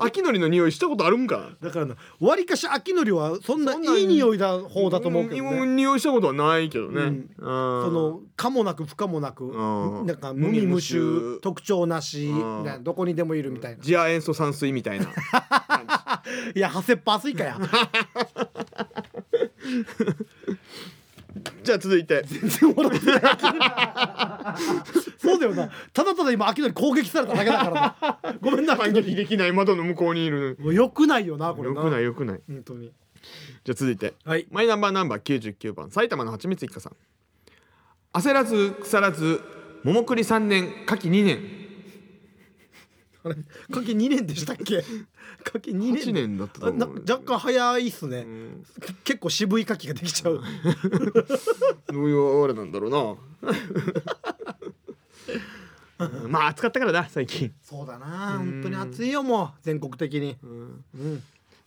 Speaker 2: 秋のりの匂いしたことあるんか
Speaker 1: だからなわりかし秋のりはそんな
Speaker 2: そんない
Speaker 1: いい匂いだ方だと思うけどね
Speaker 2: ん匂いしたことはないけどね、
Speaker 1: うん
Speaker 2: そ
Speaker 1: その可もなく不可もなく
Speaker 2: ん
Speaker 1: なんか無味無
Speaker 2: 無味無
Speaker 1: 臭
Speaker 2: 臭
Speaker 1: 特徴なし
Speaker 2: うん
Speaker 1: などこにでもいるみたいな
Speaker 2: 次亜塩素酸水みた いな
Speaker 1: いやハセッパースイカや
Speaker 2: じゃあ続 いて
Speaker 1: 全然笑ってないそうだよなただただ今秋のり攻撃されただけだからなごめんな
Speaker 2: 反
Speaker 1: 秋の
Speaker 2: 撃
Speaker 1: り
Speaker 2: できない窓の向こうにいる
Speaker 1: もう良くないよなこれ
Speaker 2: よ
Speaker 1: な
Speaker 2: くないよくない
Speaker 1: 本当に
Speaker 2: じゃあ続いて
Speaker 1: はい
Speaker 2: マイナンバーナンバー99番埼玉のはちみつ一家さん焦らず腐らず桃栗3年柿2年
Speaker 1: あれかけ2年でしたっけかけ2年
Speaker 2: 8年だったと
Speaker 1: あ
Speaker 2: 思
Speaker 1: な
Speaker 2: う
Speaker 1: 若干早いっすね、結構渋い牡蠣ができちゃう
Speaker 2: どういうあれなんだろうな うんまあ暑かったからな最近
Speaker 1: そうだな本当に暑いよもう全国的に、うん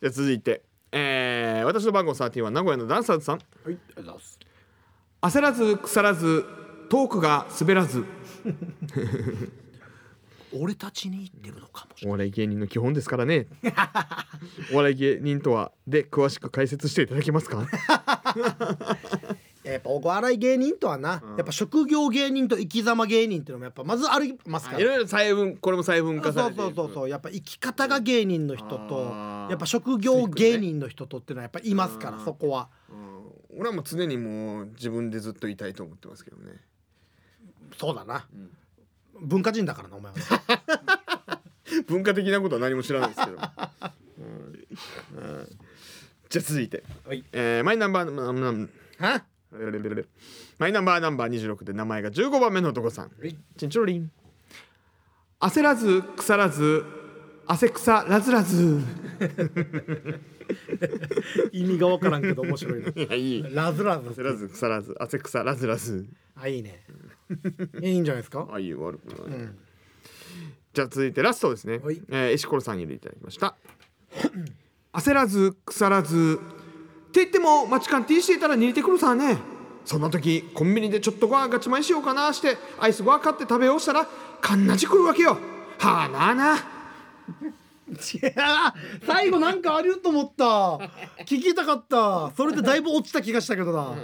Speaker 2: じゃあ続いて、えー、私の番号13は名古屋のダンサーズさん
Speaker 1: はいありがとうございます
Speaker 2: 焦らず腐らずトークが滑らず
Speaker 1: 俺たちに言ってるのかもし
Speaker 2: お笑い芸人の基本ですから ねお笑い芸人とはで詳しく解説していただけますか
Speaker 1: れないやっぱお笑い芸人とはな、やっぱ職業芸人と生き様芸人っていうのもやっぱまずありますから
Speaker 2: ろいろ細分これも細分
Speaker 1: そうそうそうそうやっぱ生き方が芸人の人と
Speaker 2: あー
Speaker 1: やっぱ職業芸人の人とっていうのはやっぱいますから、そこは
Speaker 2: 俺はもう常にもう自分でずっといたいと思ってますけどね
Speaker 1: そうだな、文化人だからなお前は
Speaker 2: 文化的なことは何も知らないですけど、うんうんじゃあ続いて、
Speaker 1: はい
Speaker 2: えーマイナンバーナンナン
Speaker 1: は
Speaker 2: マイナンバーナンバー26で名前が15番目の男さん
Speaker 1: はい
Speaker 2: チンチロリン焦らず腐らず汗腐らずらず
Speaker 1: 意味がわからんけど面白いな
Speaker 2: いや いい
Speaker 1: ラズラズ
Speaker 2: 焦らず腐らず汗腐らずらず
Speaker 1: あいいねいいんじゃないですか
Speaker 2: ああいう悪くない、じゃあ続いてラストですね、
Speaker 1: はい
Speaker 2: えー石ころさんよりいただきました 焦らず腐らずって言ってもマチカンティーしていたら逃げてくるさねそんな時コンビニでちょっとご飯ガチマイしようかなしてアイスご飯買って食べようしたらかんなじくるわけよはあなあなあ
Speaker 1: いやー 最後なんかあると思った聞きたかったそれでだいぶ落ちた気がしたけどな、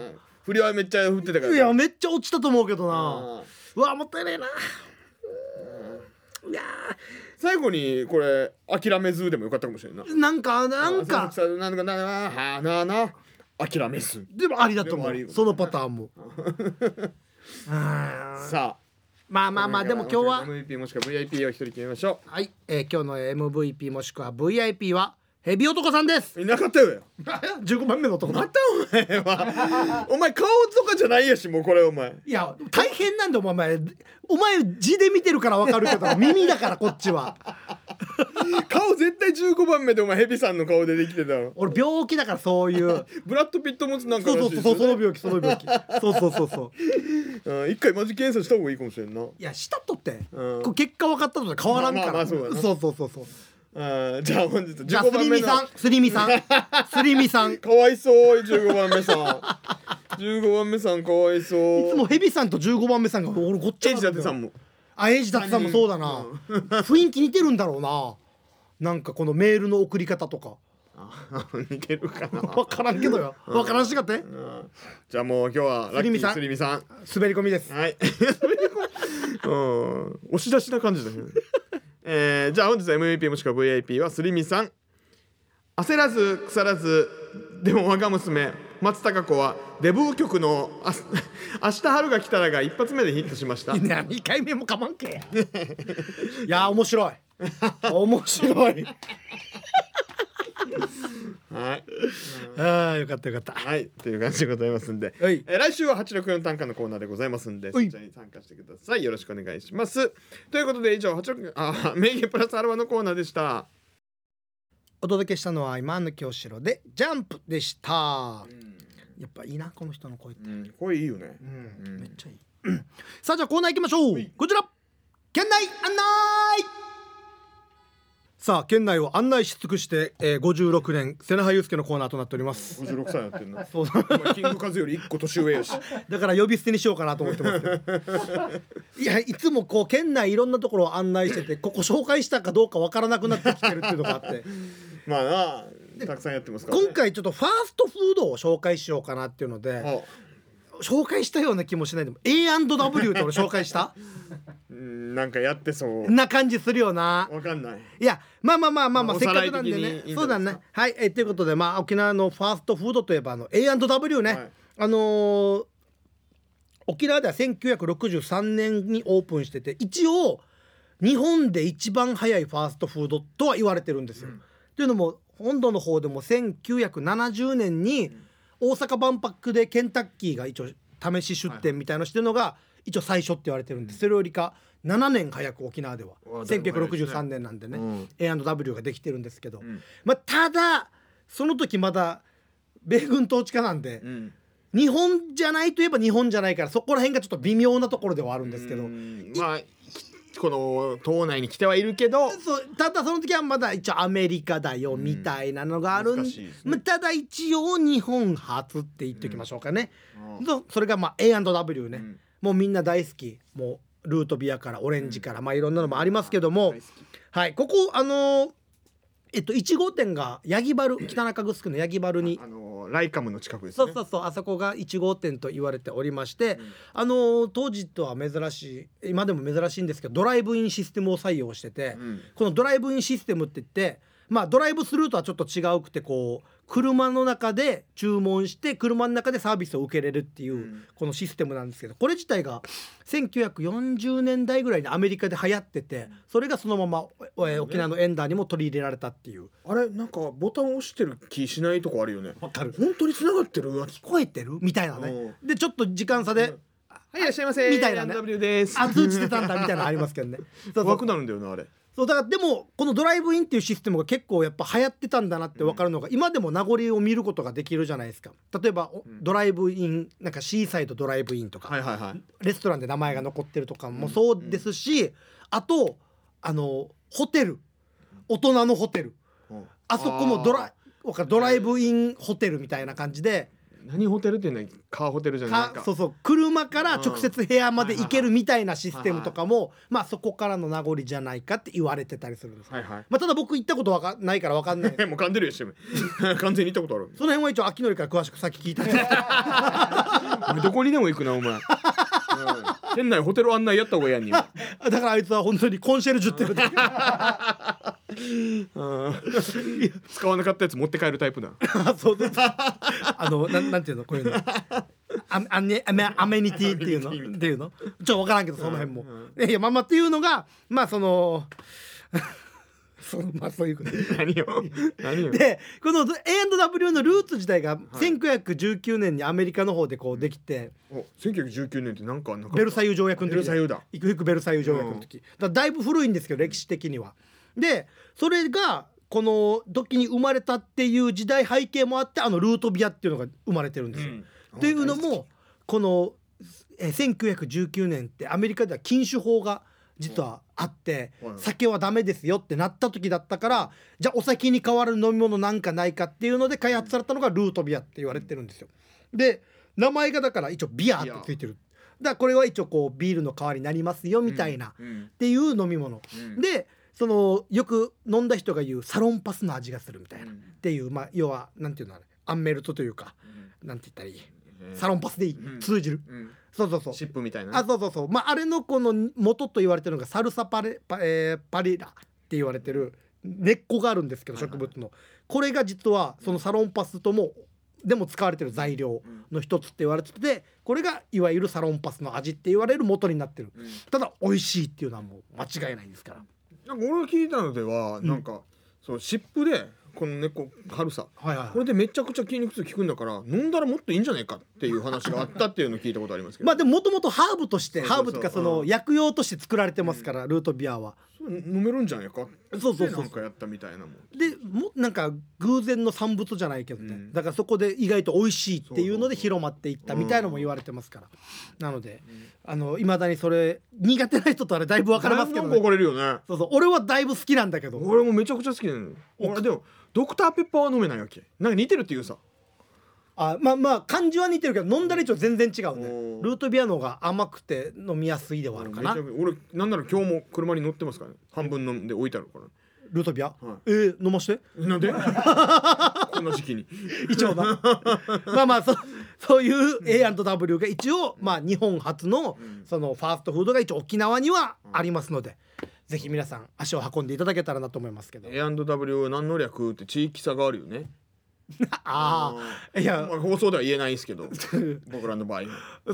Speaker 2: 振りはめっちゃ振ってたか
Speaker 1: いやめっちゃ落ちたと思うけどな、うわもったいないな
Speaker 2: 最後にこれ諦めずでもよかったかもしれんな
Speaker 1: なんかなんか
Speaker 2: なんかなあなあなあなあ諦めず
Speaker 1: でもありだと思
Speaker 2: でもあり
Speaker 1: うそのパターンもあー
Speaker 2: さあ
Speaker 1: まあまあまあでも今日は
Speaker 2: MVP もしくは VIP を一人決めましょ
Speaker 1: はい、えー今日の MVP もしくは VIP はヘビ男さんです
Speaker 2: ういなかったよ
Speaker 1: 15番目の男だ
Speaker 2: お前はお前顔とかじゃないやしもうこれお前
Speaker 1: いや大変なんだよお前お前字で見てるからわかるけど耳だからこっちは
Speaker 2: 顔絶対15番目でお前ヘビさんの顔でできてたの
Speaker 1: 俺病気だからそういう
Speaker 2: ブラッド・ピットもなんか
Speaker 1: そう
Speaker 2: ら
Speaker 1: そ
Speaker 2: しいうです
Speaker 1: そ
Speaker 2: よ
Speaker 1: うそうその
Speaker 2: ね
Speaker 1: 病気その病気そうそうそうそう
Speaker 2: うん一回マジ検査した方がいいかもしれんな
Speaker 1: いうやしたとって、
Speaker 2: うん
Speaker 1: こう結果分かったのと変わらんから、
Speaker 2: まあまあそうだな
Speaker 1: そうそうそうそう
Speaker 2: あじゃあ本日
Speaker 1: じゃあ
Speaker 2: 15
Speaker 1: す
Speaker 2: 番
Speaker 1: り
Speaker 2: 目
Speaker 1: み
Speaker 2: の
Speaker 1: さんすりみ さんすりみさんい
Speaker 2: かわいそう15番目さん15番目さんかわいそう
Speaker 1: つもヘビさんと15番目さんが俺こっち
Speaker 2: エイジダテさ んも
Speaker 1: あエイジダテさんもそうだな、雰囲気似てるんだろうななんかこのメールの送り方とか
Speaker 2: 似てるかな
Speaker 1: 分からんけどよ分からんしかって
Speaker 2: うんじゃあもう今日はラッキ
Speaker 1: すりみさ
Speaker 2: ー
Speaker 1: ん
Speaker 2: すり
Speaker 1: 滑
Speaker 2: みさん
Speaker 1: り込みです
Speaker 2: はい。うん、押し出しな感じだけどね。えー、じゃあ本日の MVP もしくは VIP はすりみさん。焦らず腐らずでも我が娘松たか子はデブー曲のあ「明日春が来たら」が一発目でヒットしました
Speaker 1: 2回目もかまんけやいや面 白い面白 い
Speaker 2: はい、
Speaker 1: あーよかったよかった
Speaker 2: はい、という感じでございますんで、
Speaker 1: はい
Speaker 2: えー来週は864短歌のコーナーでございますんで
Speaker 1: は
Speaker 2: そ
Speaker 1: い
Speaker 2: ちらに参加してくださいよろしくお願いしますということで以上86あ名言プラスアルファのコーナーでした
Speaker 1: お届けしたのは今の京城でジャンプでした、やっぱいいなこの人の声って、
Speaker 2: うん、声いいよね
Speaker 1: う。ん
Speaker 2: うん
Speaker 1: めっちゃいい、さあじゃあコーナー行きましょうこちら県内案内さあ県内を案内し尽くして、えー、56年瀬名葉祐介のコーナーとなっております
Speaker 2: 五十六歳やってんな。
Speaker 1: そう
Speaker 2: お前キングカズより一個年上や し。
Speaker 1: だから呼び捨てにしようかなと思ってますけどいやいつもこう県内いろんなところを案内しててここ紹介したかどうかわからなくなってきてるっていうのがあって
Speaker 2: まあなあ、たくさんやってますから、ね。
Speaker 1: 今回ちょっとファーストフードを紹介しようかなっていうので
Speaker 2: あ、
Speaker 1: 紹介したような気もしないでも A&W って俺紹介した
Speaker 2: うんなんかやってそう。
Speaker 1: な感じするよな
Speaker 2: わかんない。
Speaker 1: いやまあまあまあまあまあ
Speaker 2: お
Speaker 1: せっ
Speaker 2: さ
Speaker 1: からく
Speaker 2: い
Speaker 1: なんで
Speaker 2: 的に
Speaker 1: ね
Speaker 2: いいんじゃないですか
Speaker 1: そうだねはいえということでまあ沖縄のファーストフードといえばあの A&W ね、
Speaker 2: はい
Speaker 1: あのー沖縄では1963年にオープンしてて一応日本で一番早いファーストフードとは言われてるんですよ。というのも本土の方でも1970年に大阪万博でケンタッキーが一応試し出店みたいなのしてるのが一応最初って言われてるんですそれよりか7年早く沖縄では
Speaker 2: わあだいぶ早いですね
Speaker 1: 1963年なんでね、
Speaker 2: うん
Speaker 1: A&W ができてるんですけど、
Speaker 2: ん
Speaker 1: まあ、ただその時まだ米軍統治下なんで、
Speaker 2: うん。
Speaker 1: 日本じゃないといえば日本じゃないからそこら辺がちょっと微妙なところではあるんですけど、
Speaker 2: うんまあこの島内に来てはいるけど、
Speaker 1: そうただその時はまだ一応アメリカだよみたいなのがあるん、
Speaker 2: 難しいですね
Speaker 1: まあただ一応日本初って言っておきましょうかね、
Speaker 2: うん
Speaker 1: とそれがまあ A&W ね、
Speaker 2: うん
Speaker 1: もうみんな大好きもうルートビアからオレンジから、まあいろんなのもありますけども、
Speaker 2: 大好き
Speaker 1: はいここあのーえっと1号店が八木 原北中城の八木原に
Speaker 2: あのライカムの近くです
Speaker 1: そ
Speaker 2: ね
Speaker 1: う。そうそうあそこが1号店と言われておりまして、あのー当時とは珍しい今でも珍しいんですけどドライブインシステムを採用してて、
Speaker 2: うん
Speaker 1: このドライブインシステムって言ってまあドライブスルーとはちょっと違うくてこう車の中で注文して車の中でサービスを受けれるっていう、
Speaker 2: ん
Speaker 1: このシステムなんですけどこれ自体が1940年代ぐらいにアメリカで流行っててそれがそのまま、えー沖縄のエンダーにも取り入れられたっていう。
Speaker 2: あれなんかボタン押してる気しないとこあるよね。
Speaker 1: わかる
Speaker 2: 本当に繋がってるわ。
Speaker 1: 聞こえてるみたいなねでちょっと時間差で
Speaker 2: はいいらっしゃいませ。
Speaker 1: みたいなね
Speaker 2: W です。
Speaker 1: あ通知出たんだみたいなのありますけどね。そうそう
Speaker 2: 怖くなるんだよなあれ。
Speaker 1: そうだからでもこのドライブインっていうシステムが結構やっぱ流行ってたんだなって分かるのが、今でも名残を見ることができるじゃないですか例えば、おドライブインなんかシーサイドドライブインとか、
Speaker 2: はいはいはい。
Speaker 1: レストランで名前が残ってるとかもそうですし、あとあのホテル大人のホテル
Speaker 2: うん
Speaker 1: あそこもドラわかるドライブインホテルみたいな感じで、
Speaker 2: 何ホテルっていうのはカーホテルじゃないなん
Speaker 1: か
Speaker 2: か。
Speaker 1: そうそう車から直接部屋まで行けるみたいなシステムとかも、まあそこからの名残じゃないかって言われてたりするんです
Speaker 2: はいはい。
Speaker 1: まあ、ただ僕行ったことわかないからわかんない
Speaker 2: もう噛んでるよし 完全に行ったことある。
Speaker 1: その辺は一応秋のりから詳しくさっき聞いたんですけど
Speaker 2: お前どこにでも行くなお前。うん店内ホテル案内やった方がいいやん に。
Speaker 1: だからあいつは本当にコンシェルジュっていうことで
Speaker 2: 使わなかったやつ持って帰るタイプだ。
Speaker 1: あ そうですあのなんなんていうのこういうのアアネアメアメニティっていうのっていうのちょっとわからんけどその辺も、いやまあまあっていうのがまあそのそのまあそういうこと
Speaker 2: 何よ。何よ。
Speaker 1: でこの A&W のルーツ自体が1919年にアメリカの方でこうできて、
Speaker 2: お1919年ってなんかなんか。
Speaker 1: ベルサイユ条約の時
Speaker 2: ベルサイユだ
Speaker 1: いくいくベルサイユ条約の時、だだいぶ古いんですけど歴史的には。でそれがこの時に生まれたっていう時代背景もあってあのルートビアっていうのが生まれてるんですよ。
Speaker 2: うん
Speaker 1: というのもこのえー1919年ってアメリカでは禁酒法が実はあって
Speaker 2: うん
Speaker 1: 酒はダメですよってなった時だったからじゃあお酒に代わる飲み物なんかないかっていうので開発されたのがルートビアって言われてるんですよ。で名前がだから一応ビアってついてる。だからこれは一応こうビールの代わりになりますよみたいなっ
Speaker 2: うん
Speaker 1: ていう飲み物。
Speaker 2: うん
Speaker 1: でそのよく飲んだ人が言うサロンパスの味がするみたいな。っていうまあ要はなんていうのあれアンメルトというかなんて言ったらいいサ
Speaker 2: ロ
Speaker 1: ロンパスでいい、
Speaker 2: うん
Speaker 1: 通じる
Speaker 2: ン
Speaker 1: そうそうそう
Speaker 2: シップみたいな
Speaker 1: あそうそうそうまああれのこの元と言われてるのがサルサパレパ,、えーパリラって言われてる根っこがあるんですけど
Speaker 2: はいは
Speaker 1: 植
Speaker 2: い
Speaker 1: 物のこれが実はそのサロンパスともでも使われてる材料の一つって言われててこれがいわゆるサロンパスの味って言われる元になってる
Speaker 2: うん
Speaker 1: ただ美味しいっていうのはもう間違いないですから
Speaker 2: なんか俺が聞いたのではなんかそうシップでこの猫春さ
Speaker 1: はいはい、
Speaker 2: これでめちゃくちゃ筋肉痛効くんだから飲んだらもっといいんじゃないかっていう話があったっていうのを聞いたことありますけど
Speaker 1: まあでももともとハーブとして
Speaker 2: そうそうそう
Speaker 1: ハーブというかそ
Speaker 2: うん
Speaker 1: の薬用として作られてますから、ルートビアは
Speaker 2: そ飲めるんじゃないかって
Speaker 1: そうそうそうそう
Speaker 2: なんかやったみたいなもん
Speaker 1: でもなんか偶然の産物じゃないけどね、
Speaker 2: うん
Speaker 1: だからそこで意外と美味しいっていうので広まっていった
Speaker 2: そうそう
Speaker 1: みたいのも言われてますから、なのであの未だにそれ苦手な人とあれだいぶ分かれますけど、
Speaker 2: なんか
Speaker 1: ね、
Speaker 2: 怒れるよね
Speaker 1: そうそう俺はだいぶ好きなんだけど
Speaker 2: 俺もめちゃくちゃ好きなの俺でもドクターペッパーは飲めないわけなんか似てるっていうさ
Speaker 1: あまあまあ感じは似てるけど飲んだりと全然違う
Speaker 2: お
Speaker 1: ね
Speaker 2: ー
Speaker 1: ルートビアの方が甘くて飲みやすいではあるかな
Speaker 2: めちゃく俺なんなら今日も車に乗ってますからね半分飲んで置いてあるから
Speaker 1: ルートビア、
Speaker 2: は
Speaker 1: えー飲まして
Speaker 2: なんで こんな時期に
Speaker 1: 一応な まあまあそそういう A&W が一応、まあ、日本初の
Speaker 2: ん
Speaker 1: そのファーストフードが一応沖縄にはありますので、ぜひ皆さん足を運んでいただけたらなと思いますけど
Speaker 2: A&W は何の略って地域差があるよね
Speaker 1: ああいや
Speaker 2: まあ、放送では言えないですけど僕らの場合 は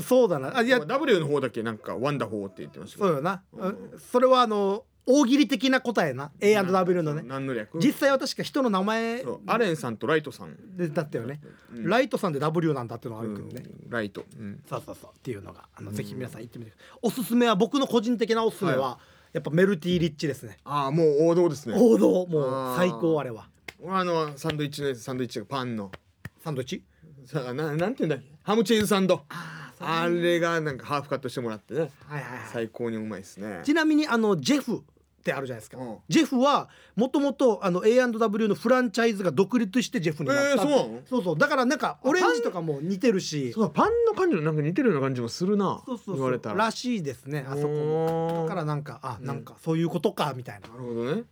Speaker 1: そうだない
Speaker 2: い
Speaker 1: や
Speaker 2: や W の方だけなんかワンダホーって言ってましたけ
Speaker 1: そ
Speaker 2: ど
Speaker 1: うだな、うんそれはあの大喜利的な答えな A&W のね
Speaker 2: 何の略
Speaker 1: 実際は確か人の名前
Speaker 2: そうアレンさんとライトさん
Speaker 1: でだったよね、
Speaker 2: うん
Speaker 1: ライトさんで W なんだっていうのがあるけどね、
Speaker 2: うんライト、うん
Speaker 1: そうそうそうっていうのがあの、ぜひ皆さん行ってみてくださいおすすめは僕の個人的なおすすめは、やっぱメルティーリッチですね
Speaker 2: ああもう王道ですね
Speaker 1: 王道も
Speaker 2: あ
Speaker 1: う
Speaker 2: ー
Speaker 1: 最高あれは
Speaker 2: あのサンドイッチのやつサンドイッチがパンの
Speaker 1: サンドイッチ
Speaker 2: さあななんて言うんだっけハムチーズサンドあれがなんかハーフカットしてもらってね
Speaker 1: はいはい
Speaker 2: 最高にうまいですね
Speaker 1: ちなみにあのジェフってあるじゃないですか、
Speaker 2: うん
Speaker 1: ジェフはもともとあの A&W のフランチャイズが独立してジェフになったって、
Speaker 2: えーそうなの
Speaker 1: そうそうだからなんかオレンジとかも似てるし
Speaker 2: そうパンの感じのなんか似てるような感じもするな
Speaker 1: そうそう
Speaker 2: 言
Speaker 1: そう
Speaker 2: われたら
Speaker 1: らしいですねあそこも
Speaker 2: こ
Speaker 1: だからなんかあなんかそういうことかみたいな、
Speaker 2: なるほどね
Speaker 1: はい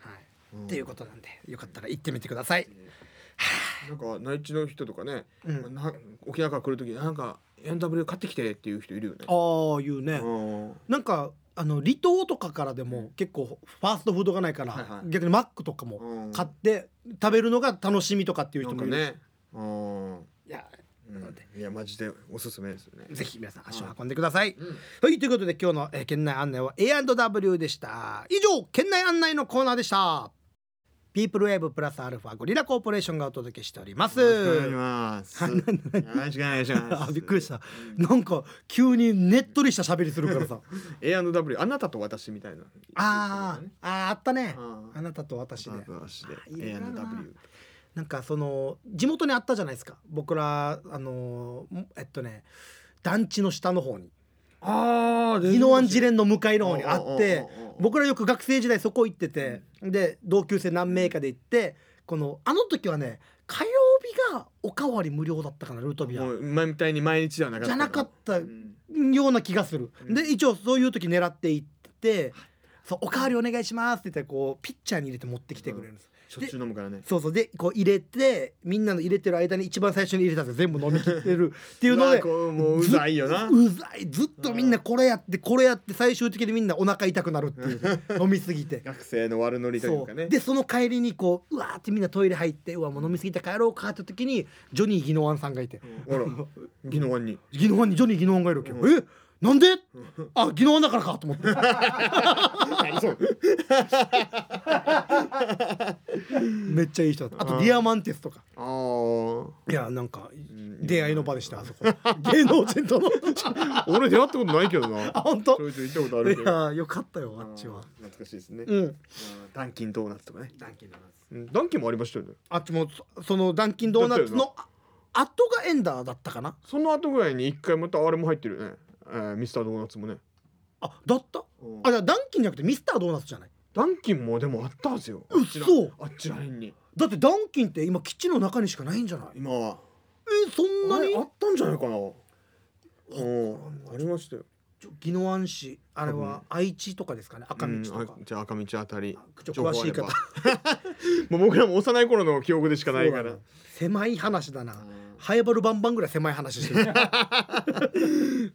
Speaker 2: うん
Speaker 1: っていうことなんでよかったら行ってみてください
Speaker 2: なんか内地の人とかね、
Speaker 1: うん
Speaker 2: な沖縄から来る時なんか NW 買ってきてっていう人いるよね
Speaker 1: ああいうね、
Speaker 2: うん
Speaker 1: なんかあの離島とかからでも結構ファーストフードがないから、
Speaker 2: はいはい
Speaker 1: 逆にマックとかも
Speaker 2: うん
Speaker 1: 買って食べるのが楽しみとかっていう
Speaker 2: な
Speaker 1: 人
Speaker 2: ん
Speaker 1: もい
Speaker 2: か
Speaker 1: るし、
Speaker 2: ねうん
Speaker 1: いやので
Speaker 2: いやマジでおすすめですよね
Speaker 1: ぜひ皆さん足を運んでください。はいということで今日の、えー県内案内は A&W でした。以上県内案内のコーナーでした。ピープルウェーブプラスアルファゴリラコーポレーションがお届けしております。
Speaker 2: よろしくお願いしますよろしくお願いしま
Speaker 1: あ
Speaker 2: す
Speaker 1: びっくりした。なんか急にねっとりした喋りする からさ。
Speaker 2: A&W あなたと私みたいな
Speaker 1: あーあーあったね
Speaker 2: うん。
Speaker 1: あなたと私
Speaker 2: あ
Speaker 1: で
Speaker 2: な。たと私で
Speaker 1: あいろいろあるな
Speaker 2: A&W
Speaker 1: なんかその地元にあったじゃないですか僕らあのーもえっとね団地の下の方に
Speaker 2: ああ
Speaker 1: 宜野湾連連の向かいの方にあって
Speaker 2: おうおうおうおうおう
Speaker 1: 僕らよく学生時代そこ行ってて、で同級生何名かで行ってこのあの時はね火曜日がおかわり無料だったかなルートビア
Speaker 2: もう前みたいに毎日ではなかっ
Speaker 1: じ
Speaker 2: た
Speaker 1: ゃなかったよ
Speaker 2: ん
Speaker 1: うな気がする、
Speaker 2: うん
Speaker 1: で一応そういう時狙って行って「そうおかわりお願いします」って言ったらこうピッチャーに入れて持ってきてくれるんです。
Speaker 2: しょっちゅう飲むからね
Speaker 1: そうそうでこう入れてみんなの入れてる間に一番最初に入れたやつ全部飲み切ってるっていうの
Speaker 2: わ
Speaker 1: で
Speaker 2: あこ うもううざいよな
Speaker 1: ずうざいずっとみんなこれやってこれやって最終的にみんなお腹痛くなるっていう飲みすぎて。
Speaker 2: 学生の悪ノリという
Speaker 1: そ
Speaker 2: かね
Speaker 1: うでその帰りにこううわーってみんなトイレ入ってうわもう飲みすぎて帰ろうかって時にジョニー・ギノワンさんがいて
Speaker 2: あら宜野湾に
Speaker 1: ギノワンにジョニー・ギノワンがいるわけよ、えなんであギノワンだからかと思って めっちゃいい人だったあとディアマンテスとか
Speaker 2: ああ
Speaker 1: いやなんか
Speaker 2: ん
Speaker 1: 出会いの場でしたあそこ芸能人との
Speaker 2: 俺出会ったことないけどな
Speaker 1: あ本当
Speaker 2: ちょいちょい行ったことあ
Speaker 1: い
Speaker 2: るけど
Speaker 1: やよかったよあっちは
Speaker 2: 懐かしいですね
Speaker 1: うん
Speaker 2: ダンキンドーナツとかね
Speaker 1: ダンキンドーナツ
Speaker 2: うんダンキンもありましたよね
Speaker 1: あっちもそそのダンキンドーナツ
Speaker 2: だっ
Speaker 1: のあ後がエンダーだったかな
Speaker 2: その後ぐらいに一回またあれも入ってるよねえーミスタードーナツもね
Speaker 1: あだった
Speaker 2: うん
Speaker 1: あじゃあダンキンじゃなくてミスタードーナツじゃない
Speaker 2: ダンキンもでもあったんですよ
Speaker 1: うっそ
Speaker 2: あっちらへんに
Speaker 1: だってダンキンって今基地の中にしかないんじゃない
Speaker 2: 今は
Speaker 1: えそん
Speaker 2: あ
Speaker 1: なに
Speaker 2: れあったんじゃないかなうんありましたよ
Speaker 1: ちょ宜野湾市あれは愛知とかですかね赤道と
Speaker 2: うん
Speaker 1: か
Speaker 2: あじゃあ赤道あたり
Speaker 1: ちょっと詳しい
Speaker 2: 情
Speaker 1: 方
Speaker 2: 報あれば もう僕らも幼い頃の記憶でしかない
Speaker 1: そ
Speaker 2: か
Speaker 1: うだ
Speaker 2: ら
Speaker 1: な狭い話だなハエバルバンバンぐらい狭い話して る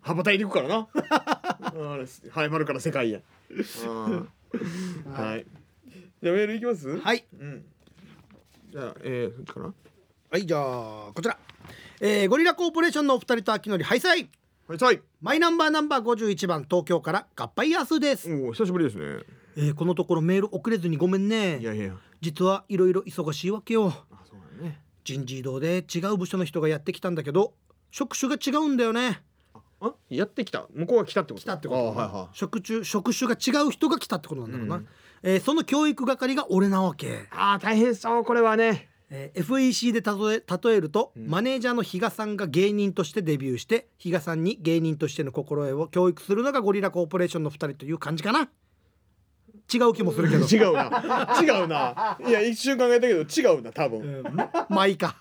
Speaker 2: 羽ばたいていくから なあれ羽ばるから世界へはいじゃあメールいきますい、
Speaker 1: はい
Speaker 2: うん、じゃあえー、かな
Speaker 1: はいじゃあこちら、えーゴリラコーポレーションのお二人と秋のりハイサイ
Speaker 2: はいさい
Speaker 1: マイナンバーナンバー51番東京から合杯ヤスです、
Speaker 2: おお久しぶりですね
Speaker 1: えーこのところメール遅れずにごめんね
Speaker 2: いやいや
Speaker 1: 実はいろいろ忙しいわけよ
Speaker 2: あそうだね
Speaker 1: 人事異動で違う部署の人がやってきたんだけど職種が違うんだよね
Speaker 2: あやってきた向こうが来たってこと
Speaker 1: 来たってこと
Speaker 2: あはいは
Speaker 1: 職種職種が違う人が来たってことなんだろうな、
Speaker 2: うん
Speaker 1: えーその教育係が俺なわけ、
Speaker 2: ああ大変そうこれはね
Speaker 1: えー FEC で例え例えると、マネージャーの比嘉さんが芸人としてデビューして比嘉さんに芸人としての心得を教育するのがゴリラコーポレーションの2人という感じかな違う気もするけど
Speaker 2: 違うな違うないや一瞬考えたけど違うな多分
Speaker 1: まあいいか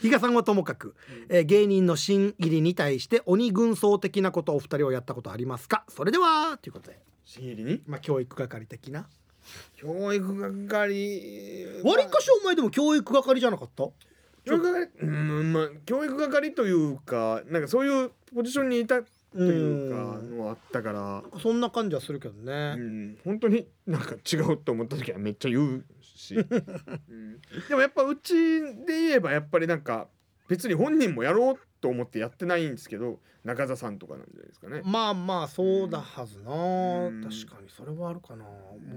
Speaker 1: 比嘉さんはともかく、えー芸人の新入りに対して鬼軍曹的なことをお二人はやったことありますかそれではということで、
Speaker 2: 新入りに
Speaker 1: まあ、教育係的な
Speaker 2: 教育係
Speaker 1: わりかしお前でも教育係じゃなかった
Speaker 2: 教育係うんまあ教育係というかなんかそういうポジションにいたというか
Speaker 1: うん
Speaker 2: のはあったから
Speaker 1: そんな感じはするけど
Speaker 2: う
Speaker 1: ね、
Speaker 2: ん本当になんか違うと思った時はめっちゃ言う し、うんでもやっぱうちで言えばやっぱりなんか別に本人もやろうと思ってやってないんですけど中澤さんとかなんじゃないですかね。
Speaker 1: まあまあそうだはずな、
Speaker 2: うん
Speaker 1: 確かにそれはあるかな、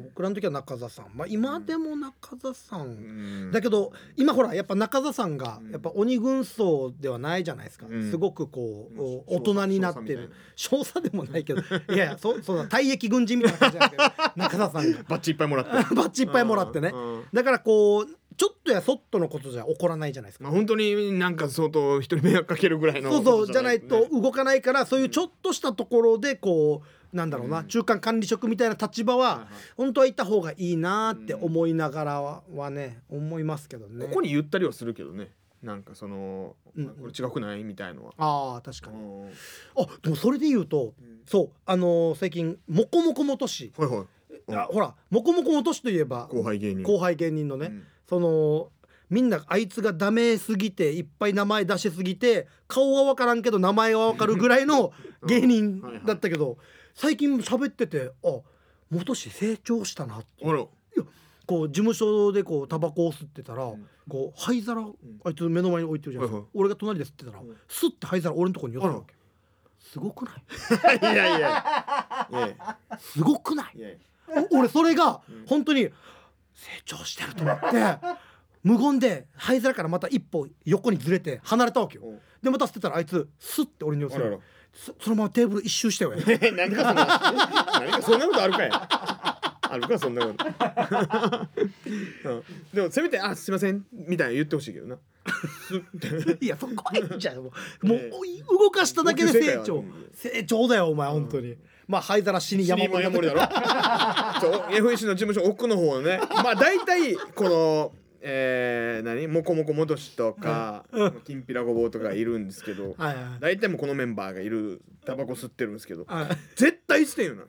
Speaker 1: 僕らの時は中澤さんまあ今でも中澤さん、
Speaker 2: うん
Speaker 1: だけど今ほらやっぱ中澤さんが
Speaker 2: うん
Speaker 1: やっぱ鬼軍曹ではないじゃないですか、
Speaker 2: うん
Speaker 1: すごくこう、お
Speaker 2: うん
Speaker 1: 大人になってる少佐でもないけどいやいやそそうだ退役軍人みたいな感じなんだけ ど中澤さんが
Speaker 2: バッチいっぱいもらって
Speaker 1: バッジ いっぱいもらってね
Speaker 2: うんうん
Speaker 1: だからこうちょっとやそっとのことじゃ怒らないじゃないですか
Speaker 2: まあ本当になんか相当人に迷惑かけるぐらいの
Speaker 1: そうそうじゃない
Speaker 2: ね
Speaker 1: と動かないからそういうちょっとしたところでこうなんだろうな、中間管理職みたいな立場
Speaker 2: はい
Speaker 1: は
Speaker 2: はい
Speaker 1: 本当は行った方がいいなって思いながらははね思いますけどね
Speaker 2: ここに言ったりはするけどねなんかその、
Speaker 1: うん
Speaker 2: これ違くないみたいのは、
Speaker 1: ああ確かに
Speaker 2: うん
Speaker 1: あでもそれで言うと、そうあのー最近「もこもこもとし」
Speaker 2: はいはいうん
Speaker 1: あほら「もこもこもとし」といえば
Speaker 2: 後輩芸人
Speaker 1: 後輩芸人のね、
Speaker 2: うん
Speaker 1: そのみんなあいつがダメすぎていっぱい名前出しすぎて顔は分からんけど名前は分かるぐらいの
Speaker 2: うん
Speaker 1: 芸人
Speaker 2: はいはい
Speaker 1: だったけど、最近喋っててあもとし成長したなって
Speaker 2: あら
Speaker 1: こう事務所でこうタバコを吸ってたら、
Speaker 2: ん
Speaker 1: こう灰皿あいつ目の前に置いてるじゃないですか、
Speaker 2: はいはい
Speaker 1: 俺が隣で吸ってたら、
Speaker 2: ん
Speaker 1: 吸って灰皿俺のとこに寄せるわけすごくない
Speaker 2: いやいやいや
Speaker 1: すごくない
Speaker 2: いやいや
Speaker 1: お俺それが本当に成長してると思って無言で灰皿からまた一歩横にずれて離れたわけよ
Speaker 2: うん
Speaker 1: でまた捨てたらあいつスッて俺に寄せ
Speaker 2: あら
Speaker 1: る
Speaker 2: ら
Speaker 1: そそのままテーブル一周したよね
Speaker 2: えなんかそんななんかそんなことあるかいあるかそんなこと、うん、でもせめて「あすいません」みたいな言ってほしいけどない
Speaker 1: やそこ はいいじゃんもうもう
Speaker 2: ね
Speaker 1: 動かしただけで成長
Speaker 2: もう
Speaker 1: 成長だよお前本当にまあ灰皿死に
Speaker 2: 山
Speaker 1: 山
Speaker 2: 盛り
Speaker 1: 盛
Speaker 2: 山
Speaker 1: り
Speaker 2: 盛りだろ そう FEC の事務所奥の方のねまあ大体このえー、何もこもこもとしとか、きんぴらごぼうとかいるんですけど、
Speaker 1: はいはい はい
Speaker 2: 大体もうこのメンバーがいるタバコ吸ってるんですけど
Speaker 1: あ
Speaker 2: 絶対してんよな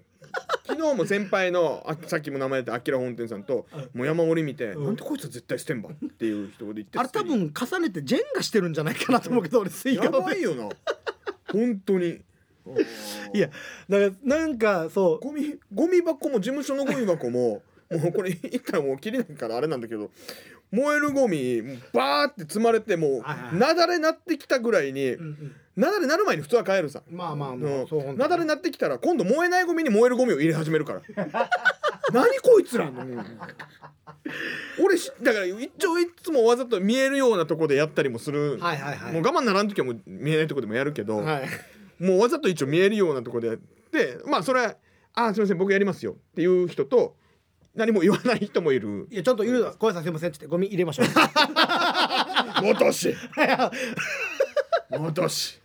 Speaker 2: 昨日も先輩のあさっきも名前出たあきら本店さんともう山盛り見て、なんでこいつは絶対してんばっていう人で言って
Speaker 1: あれ多分重ねてジェンガしてるんじゃないかなと思うけど俺スイカ
Speaker 2: や
Speaker 1: を
Speaker 2: ばいよな本当に
Speaker 1: いやだからなんかそう
Speaker 2: ゴミゴミ箱も事務所のゴミ箱ももうこれ一旦もう切れないからあれなんだけど燃えるゴミバーって積まれても
Speaker 1: は
Speaker 2: う
Speaker 1: いはい
Speaker 2: 雪崩なってきたぐらいに雪崩なる前に普通は帰るさ。
Speaker 1: まあまあ
Speaker 2: うん
Speaker 1: まあ
Speaker 2: 雪
Speaker 1: そう本当に
Speaker 2: 崩なってきたら今度燃えないゴミに燃えるゴミを入れ始めるから 何こいつら俺しだから一応いつもわざと見えるようなとこでやったりもする、
Speaker 1: はいはいはい
Speaker 2: もう我慢ならん時はもう見えないとこでもやるけど、
Speaker 1: はい
Speaker 2: もうわざと一応見えるようなところでやってまあそれは「あーすいません僕やりますよ」っていう人と何も言わない人もいる
Speaker 1: いやちょっといるごめんなさいすいませんっつってゴミ入れま しょうい
Speaker 2: 「戻 し戻し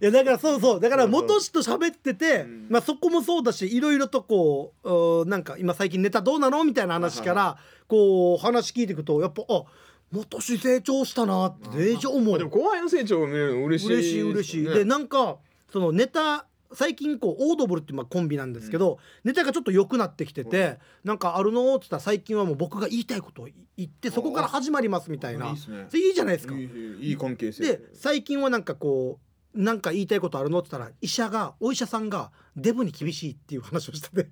Speaker 1: やだからそうそうだから元氏と喋ってて、
Speaker 2: ん
Speaker 1: まあ、そこもそうだしいろいろとこううーなんか今最近ネタどうなのみたいな話か
Speaker 2: は
Speaker 1: らこう話聞いていくとやっぱあ元氏成長したなって成長も」
Speaker 2: まあでも後輩の成長ね嬉しい
Speaker 1: 嬉しい嬉しいで
Speaker 2: ね
Speaker 1: なんかそのネタ最近こうオードブルっていうまあコンビなんですけど、ネタがちょっと良くなってきてて、なんかあるのっつったら最近はもう僕が言いたいことを言ってそこから始まりますみたい
Speaker 2: あい
Speaker 1: ない
Speaker 2: っすね
Speaker 1: それいいじゃないですか。
Speaker 2: いいいい関係性
Speaker 1: で最近はなんかこうなんか言いたいことあるのって言ったら医者がお医者さんがデブに厳しいっていう話をしてて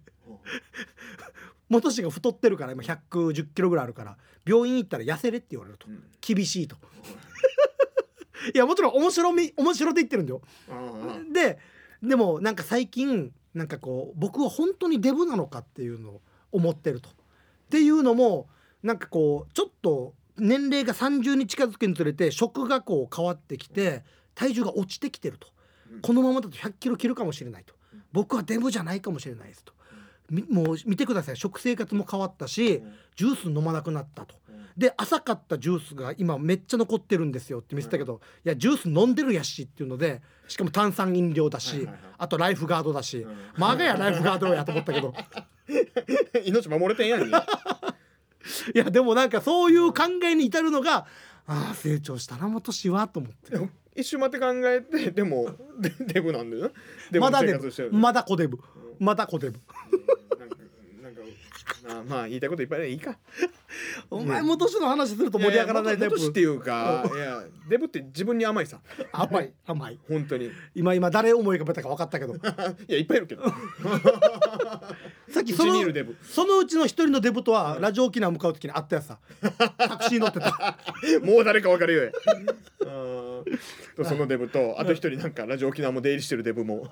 Speaker 1: 元氏が太ってるから今110キロぐらいあるから病院行ったら痩せれって言われると
Speaker 2: うん
Speaker 1: 厳しいといやもちろん面白み面白で言ってるんだよ
Speaker 2: あー
Speaker 1: ででもなんか最近なんかこう僕は本当にデブなのかっていうのを思ってると。っていうのもなんかこうちょっと年齢が30に近づくにつれて食がこう変わってきて体重が落ちてきてると
Speaker 2: うん
Speaker 1: このままだと100キロ切るかもしれないと僕はデブじゃないかもしれないですとみもう見てください食生活も変わったし、
Speaker 2: ん
Speaker 1: ジュース飲まなくなったと、
Speaker 2: うん
Speaker 1: で浅かったジュースが今めっちゃ残ってるんですよって見せたけど、いやジュース飲んでるやしっていうのでしかも炭酸飲料だし、
Speaker 2: はいはいはい
Speaker 1: あとライフガードだし、
Speaker 2: ん
Speaker 1: マガやライフガードやと思ったけど
Speaker 2: 命守れてんやんに
Speaker 1: いやでもなんかそういう考えに至るのがああ成長したなもとしはと思って
Speaker 2: 一瞬待って考えてでもでデブなんだよなデブ
Speaker 1: ま
Speaker 2: の
Speaker 1: だ
Speaker 2: 生
Speaker 1: デ
Speaker 2: 活して
Speaker 1: ブ
Speaker 2: る、
Speaker 1: まだコデブまだコデブ
Speaker 2: なんかなんかまあまあ言いたいこといっぱいあるいいか
Speaker 1: お前も年の話すると盛り上がらないタイプ
Speaker 2: やや元々っていうかいやデブって自分に甘いさ
Speaker 1: 甘い甘い
Speaker 2: 本当 にい
Speaker 1: 今今誰思い浮かべたか分かったけど
Speaker 2: やいっぱいいるけ ど
Speaker 1: さっきその
Speaker 2: うちにいるデブ
Speaker 1: そのうちの一人のデブとはラジオ沖縄向かう時に会ったやつさタクシー乗ってた
Speaker 2: もう誰か分かるよえうんとそのデブとあと一人なんかラジオ沖縄も出入りしてるデブも、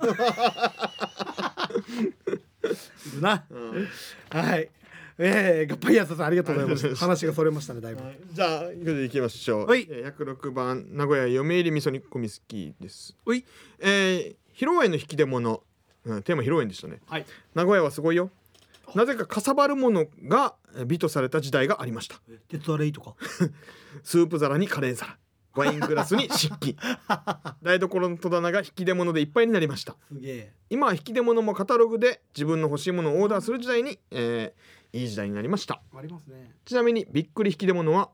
Speaker 1: いるな
Speaker 2: うん
Speaker 1: はいえー、ガッパイヤーさんありがとうございま した話がそれましたねだいぶ
Speaker 2: じゃあ行きましょう、
Speaker 1: はい
Speaker 2: えー106番名古屋読売味噌煮込み好きです
Speaker 1: おい
Speaker 2: えー、披露宴の引き出物、うん、テーマ披露宴でしたね
Speaker 1: はい
Speaker 2: 名古屋はすごいよなぜかかさばるものがえー美とされた時代がありました
Speaker 1: 鉄アレイとか
Speaker 2: スープ皿にカレー皿ワイングラスに漆 器台所の戸棚が引き出物でいっぱいになりました
Speaker 1: すげえ
Speaker 2: 今は引き出物もカタログで自分の欲しいものをオーダーする時代に、えーいい時代になりました
Speaker 1: ありますね
Speaker 2: ちなみにびっくり引き出物は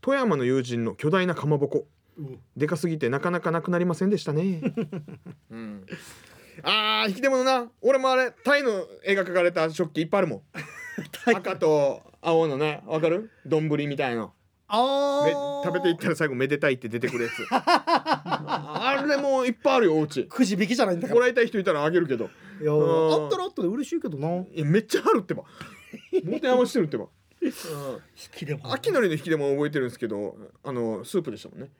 Speaker 2: 富山の友人の巨大なかまぼこ
Speaker 1: うん
Speaker 2: でかすぎてなかなかなくなりませんでしたね、 うん、あー引き出物な俺もあれタイの絵が描かれた食器いっぱいあるも ん赤と青のねわかる丼みたいな
Speaker 1: あ
Speaker 2: め
Speaker 1: ー
Speaker 2: 食べていったら最後「めでたい」って出てくるやつ あれもいっぱいあるよお家
Speaker 1: くじ引きじゃないんだか
Speaker 2: も
Speaker 1: ら
Speaker 2: らいたい人いたらあげるけど
Speaker 1: いや
Speaker 2: うん
Speaker 1: あったらあったで嬉しいけどな好
Speaker 2: いやめっちゃあるってば持て余してるってば、
Speaker 1: きでも
Speaker 2: 秋のりの引き出物覚えてるんですけどあのスープでしたもんね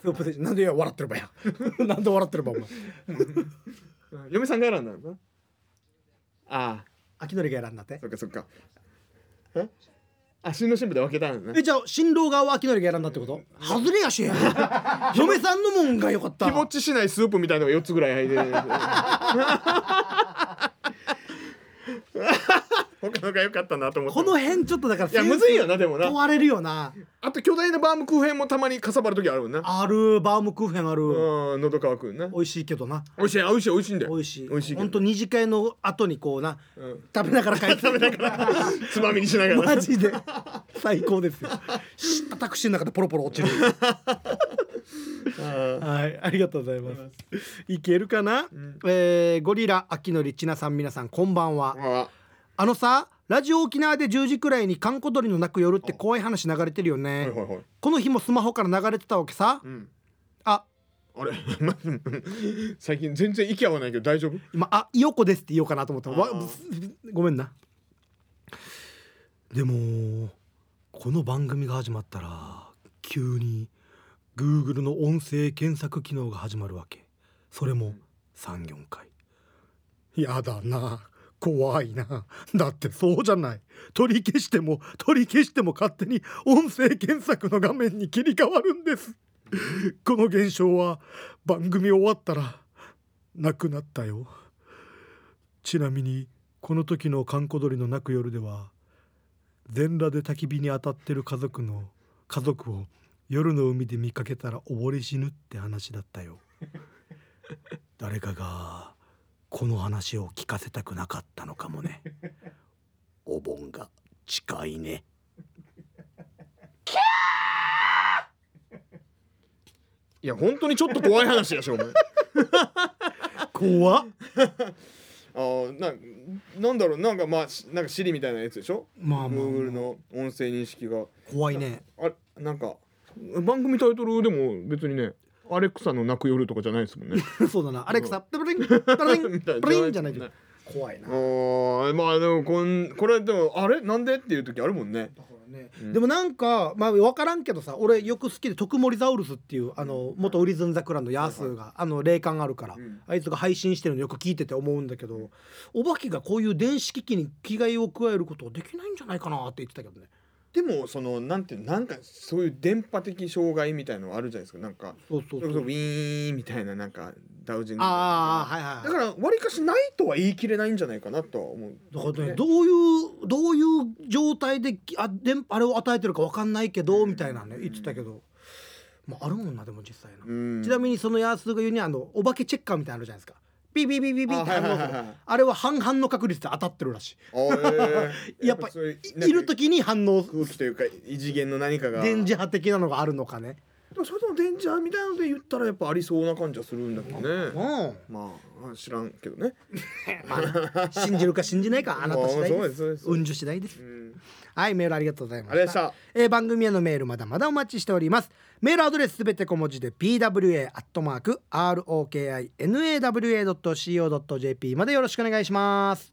Speaker 1: スープでなんでいや笑ってるばや なんで笑ってるばお前
Speaker 2: 嫁さんが選んだのかなああ
Speaker 1: 秋のりが選んだって
Speaker 2: そっかそっかえあ新郎新婦で分けたんだね
Speaker 1: えじゃあ新郎側は秋のりが選んだってこと外れや し嫁さんのもんが良かった
Speaker 2: 気持ちしないスープみたいのが4つぐらい入って る他のが良かったなと思って
Speaker 1: この辺ちょっとだから
Speaker 2: いやむずいよなでもな
Speaker 1: 問われるよな
Speaker 2: あと巨大なバームクーヘンもたまにかさばる時あるもんな
Speaker 1: あるバームクーヘンあ
Speaker 2: う
Speaker 1: る
Speaker 2: ん喉乾くな
Speaker 1: 美味しいけどな
Speaker 2: 美味しい美味しい美味しいんだよ
Speaker 1: 美味しい
Speaker 2: 美味しいけど
Speaker 1: ほんと二次会の後にこうな
Speaker 2: うん
Speaker 1: 食べながら帰って食べながら
Speaker 2: つまみにしなが ら
Speaker 1: マジで 最高ですよ知ったタクシーの中でポロポロ落ちる
Speaker 2: うん
Speaker 1: はいありがとうございますいけるかな、えーゴリラ秋のりちなさん皆さんこんばんは
Speaker 2: あ
Speaker 1: あのさラジオ沖縄で10時くらいに閑古鳥の鳴く夜って怖い話流れてるよね、
Speaker 2: はいはいはい
Speaker 1: この日もスマホから流れてたわけさ、
Speaker 2: うん
Speaker 1: あ
Speaker 2: あれ 最近全然息合わないけど大丈夫
Speaker 1: 今「あいよこです」って言おうかなと思ったわ
Speaker 2: あー
Speaker 1: すごめんなでもこの番組が始まったら急に Google の音声検索機能が始まるわけそれも34回やだな怖いなだってそうじゃない取り消しても取り消しても勝手に音声検索の画面に切り替わるんですこの現象は番組終わったらなくなったよちなみにこの時の閑古鳥の鳴く夜では全裸で焚き火に当たってる家族の家族を夜の海で見かけたら溺れ死ぬって話だったよ誰かがこの話を聞かせたくなかったのかもねお盆が近いね
Speaker 2: いや本当にちょっと怖い話やしお前あ
Speaker 1: 怖っ
Speaker 2: ーななんだろうなんかまあしなんか Siri みたいなやつでしょ
Speaker 1: まあまあまあ
Speaker 2: Google の音声認識が
Speaker 1: 怖いね
Speaker 2: あなんか番組タイトルでも別にねアレクサの泣く夜とかじゃないですもんね
Speaker 1: そうだなアレクサプリンプリンプリンじゃないけど怖いな
Speaker 2: あーまあでもこんこれでもあれなんでっていう時あるもんね
Speaker 1: だからねでもなんか、まあ、分からんけどさ俺よく好きで徳森ザウルスっていうあの元ウリズンザクラのヤースーがあの霊感あるから、
Speaker 2: ん
Speaker 1: あいつが配信してるのよく聞いてて思うんだけどお化けがこういう電子機器に着替えを加えることできないんじゃないかなって言ってたけどね
Speaker 2: でもそのなんていうなんかそういう電波的障害みたいのはあるじゃないですかなんか
Speaker 1: そうそ
Speaker 2: そうれ
Speaker 1: そ
Speaker 2: こそうウィーンみたいななんかダウジング
Speaker 1: ああはいはいはい
Speaker 2: だからわりかしないとは言い切れないんじゃないかなとは思う
Speaker 1: だからねどういうどういう状態であ電あれを与えてるかわかんないけどみたいなね言ってたけど、まあ、あるもんなでも実際な、
Speaker 2: うん
Speaker 1: ちなみにそのヤースが言うにはあのお化けチェッカーみたいなのあるじゃないですかビビビビビって
Speaker 2: あ
Speaker 1: あ
Speaker 2: はいはい
Speaker 1: の
Speaker 2: はいはい
Speaker 1: あれは半々の確率で当たってるらし
Speaker 2: あーえ ー
Speaker 1: やっぱ
Speaker 2: そうう
Speaker 1: い
Speaker 2: なんか
Speaker 1: いる時に反応する
Speaker 2: 空気というか異次元の何かが
Speaker 1: 電磁波的なのがあるのかね
Speaker 2: でもそれとも電磁波みたいなので言ったらやっぱありそうな感じはするんだけどね
Speaker 1: うん
Speaker 2: まあ知らんけどね
Speaker 1: まあ信じるか信じないかあなた次第
Speaker 2: まあそう
Speaker 1: で
Speaker 2: で
Speaker 1: す
Speaker 2: すそうです
Speaker 1: 運樹次第です
Speaker 2: うん
Speaker 1: はいメールありがとうございま
Speaker 2: あれでした
Speaker 1: えー番組へのメールまだまだお待ちしておりますメールアドレスすべて小文字で pwa.rokinawa.co.jp までよろしくお願いします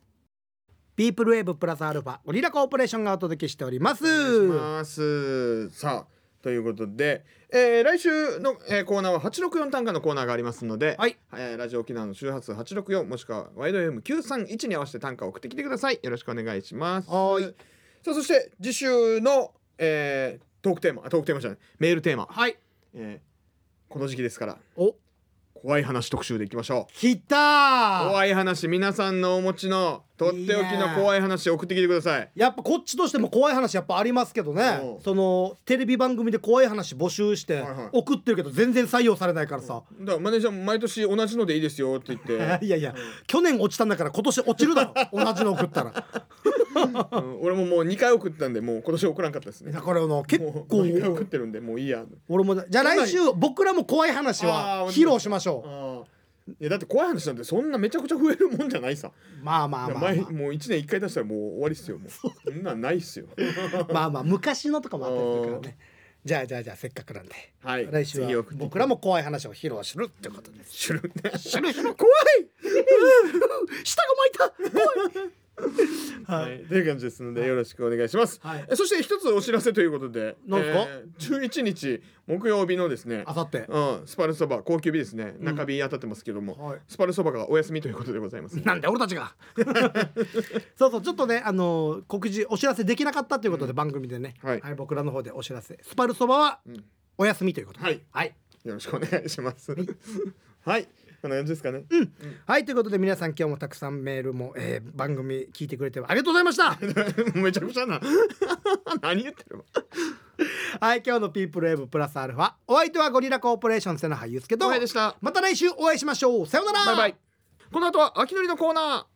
Speaker 1: ピープルウェーブプラスアルファゴリラコーポレーションがお届けしております
Speaker 2: お願いしますさあということで、えー来週の、えーコーナーは864単価のコーナーがありますので、
Speaker 1: はい
Speaker 2: えーラジオ沖縄の周波数864もしくはワイド M931 に合わせて単価を送ってきてくださいよろしくお願いします
Speaker 1: はい
Speaker 2: さあそして次週の、えートークテーマあトークテーマじゃないメールテーマ、
Speaker 1: はい
Speaker 2: えーこの時期ですから
Speaker 1: お
Speaker 2: 怖い話特集でいきましょう
Speaker 1: 来たー
Speaker 2: 怖い話皆さんのお持ちのとっておきの怖い話送ってきてください
Speaker 1: やっぱこっちとしても怖い話やっぱありますけどね
Speaker 2: うん
Speaker 1: そのテレビ番組で怖い話募集して
Speaker 2: はいはい
Speaker 1: 送ってるけど全然採用されないからさ、
Speaker 2: だからマネージャーも毎年同じのでいいですよって言っ て
Speaker 1: いやいや去年落ちたんだから今年落ちるだ ろ同じの送ったら。
Speaker 2: うん俺ももう2回送ったんでもう今年送らんかったですね
Speaker 1: だからあの結
Speaker 2: もう
Speaker 1: 構
Speaker 2: 2回送ってるんでもういいや
Speaker 1: 俺もだじゃあ
Speaker 2: どんな
Speaker 1: 来週僕らも怖い話
Speaker 2: あ
Speaker 1: は
Speaker 2: ー
Speaker 1: 披露しましょ
Speaker 2: ああいやだって怖い話なんてそんなめちゃくちゃ増えるもんじゃないさ、
Speaker 1: うまあまあまあまあ
Speaker 2: 前もう1年1回出したらもう終わりっすよもうそんなんないっす よ
Speaker 1: まあまあ昔のとかもあったりするからねじゃあじゃあじゃあせっかくなんで
Speaker 2: はい
Speaker 1: 来週
Speaker 2: 次
Speaker 1: は
Speaker 2: 送って
Speaker 1: 僕らも怖い話を披露するってことです
Speaker 2: シュルン
Speaker 1: シュルシュル
Speaker 2: 怖い
Speaker 1: 舌が巻いた怖い
Speaker 2: はい、という感じですのでよろしくお願いします、
Speaker 1: はい
Speaker 2: えそして一つお知らせということで
Speaker 1: なんすか
Speaker 2: えー11日木曜日のですね
Speaker 1: あさって
Speaker 2: うん、スパルそば高級日ですね中日当たってますけども、
Speaker 1: はい
Speaker 2: スパルそばがお休みということでございます
Speaker 1: なんで俺たち がそうそうちょっとねあのー告示お知らせできなかったということで番組でね、
Speaker 2: はい
Speaker 1: はい、僕らの方でお知らせスパルそばは
Speaker 2: ん
Speaker 1: お休みということで
Speaker 2: はい
Speaker 1: はい
Speaker 2: よろしくお願いします。はい、こんな感じですかね。
Speaker 1: はいということで皆さん今日もたくさんメールも、えー番組聞いてくれてありがとうございました
Speaker 2: めちゃくちゃな。 何言ってるの。
Speaker 1: はい今日の「ピープルウェーブプラスアルファお相手はゴリラコーポレーション瀬名俳優介と
Speaker 2: どうもでした。
Speaker 1: また来週お会いしましょうさようなら
Speaker 2: バイバイ。この後は秋のりのコーナ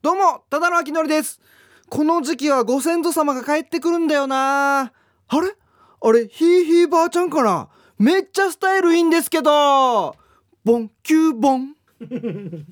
Speaker 3: どうも、ただのあきのりです。この時期はご先祖様が帰ってくるんだよな。あれあれ、ひいひいばあちゃんかなめっちゃスタイルいいんですけど。ボン、キューボン。
Speaker 2: ー。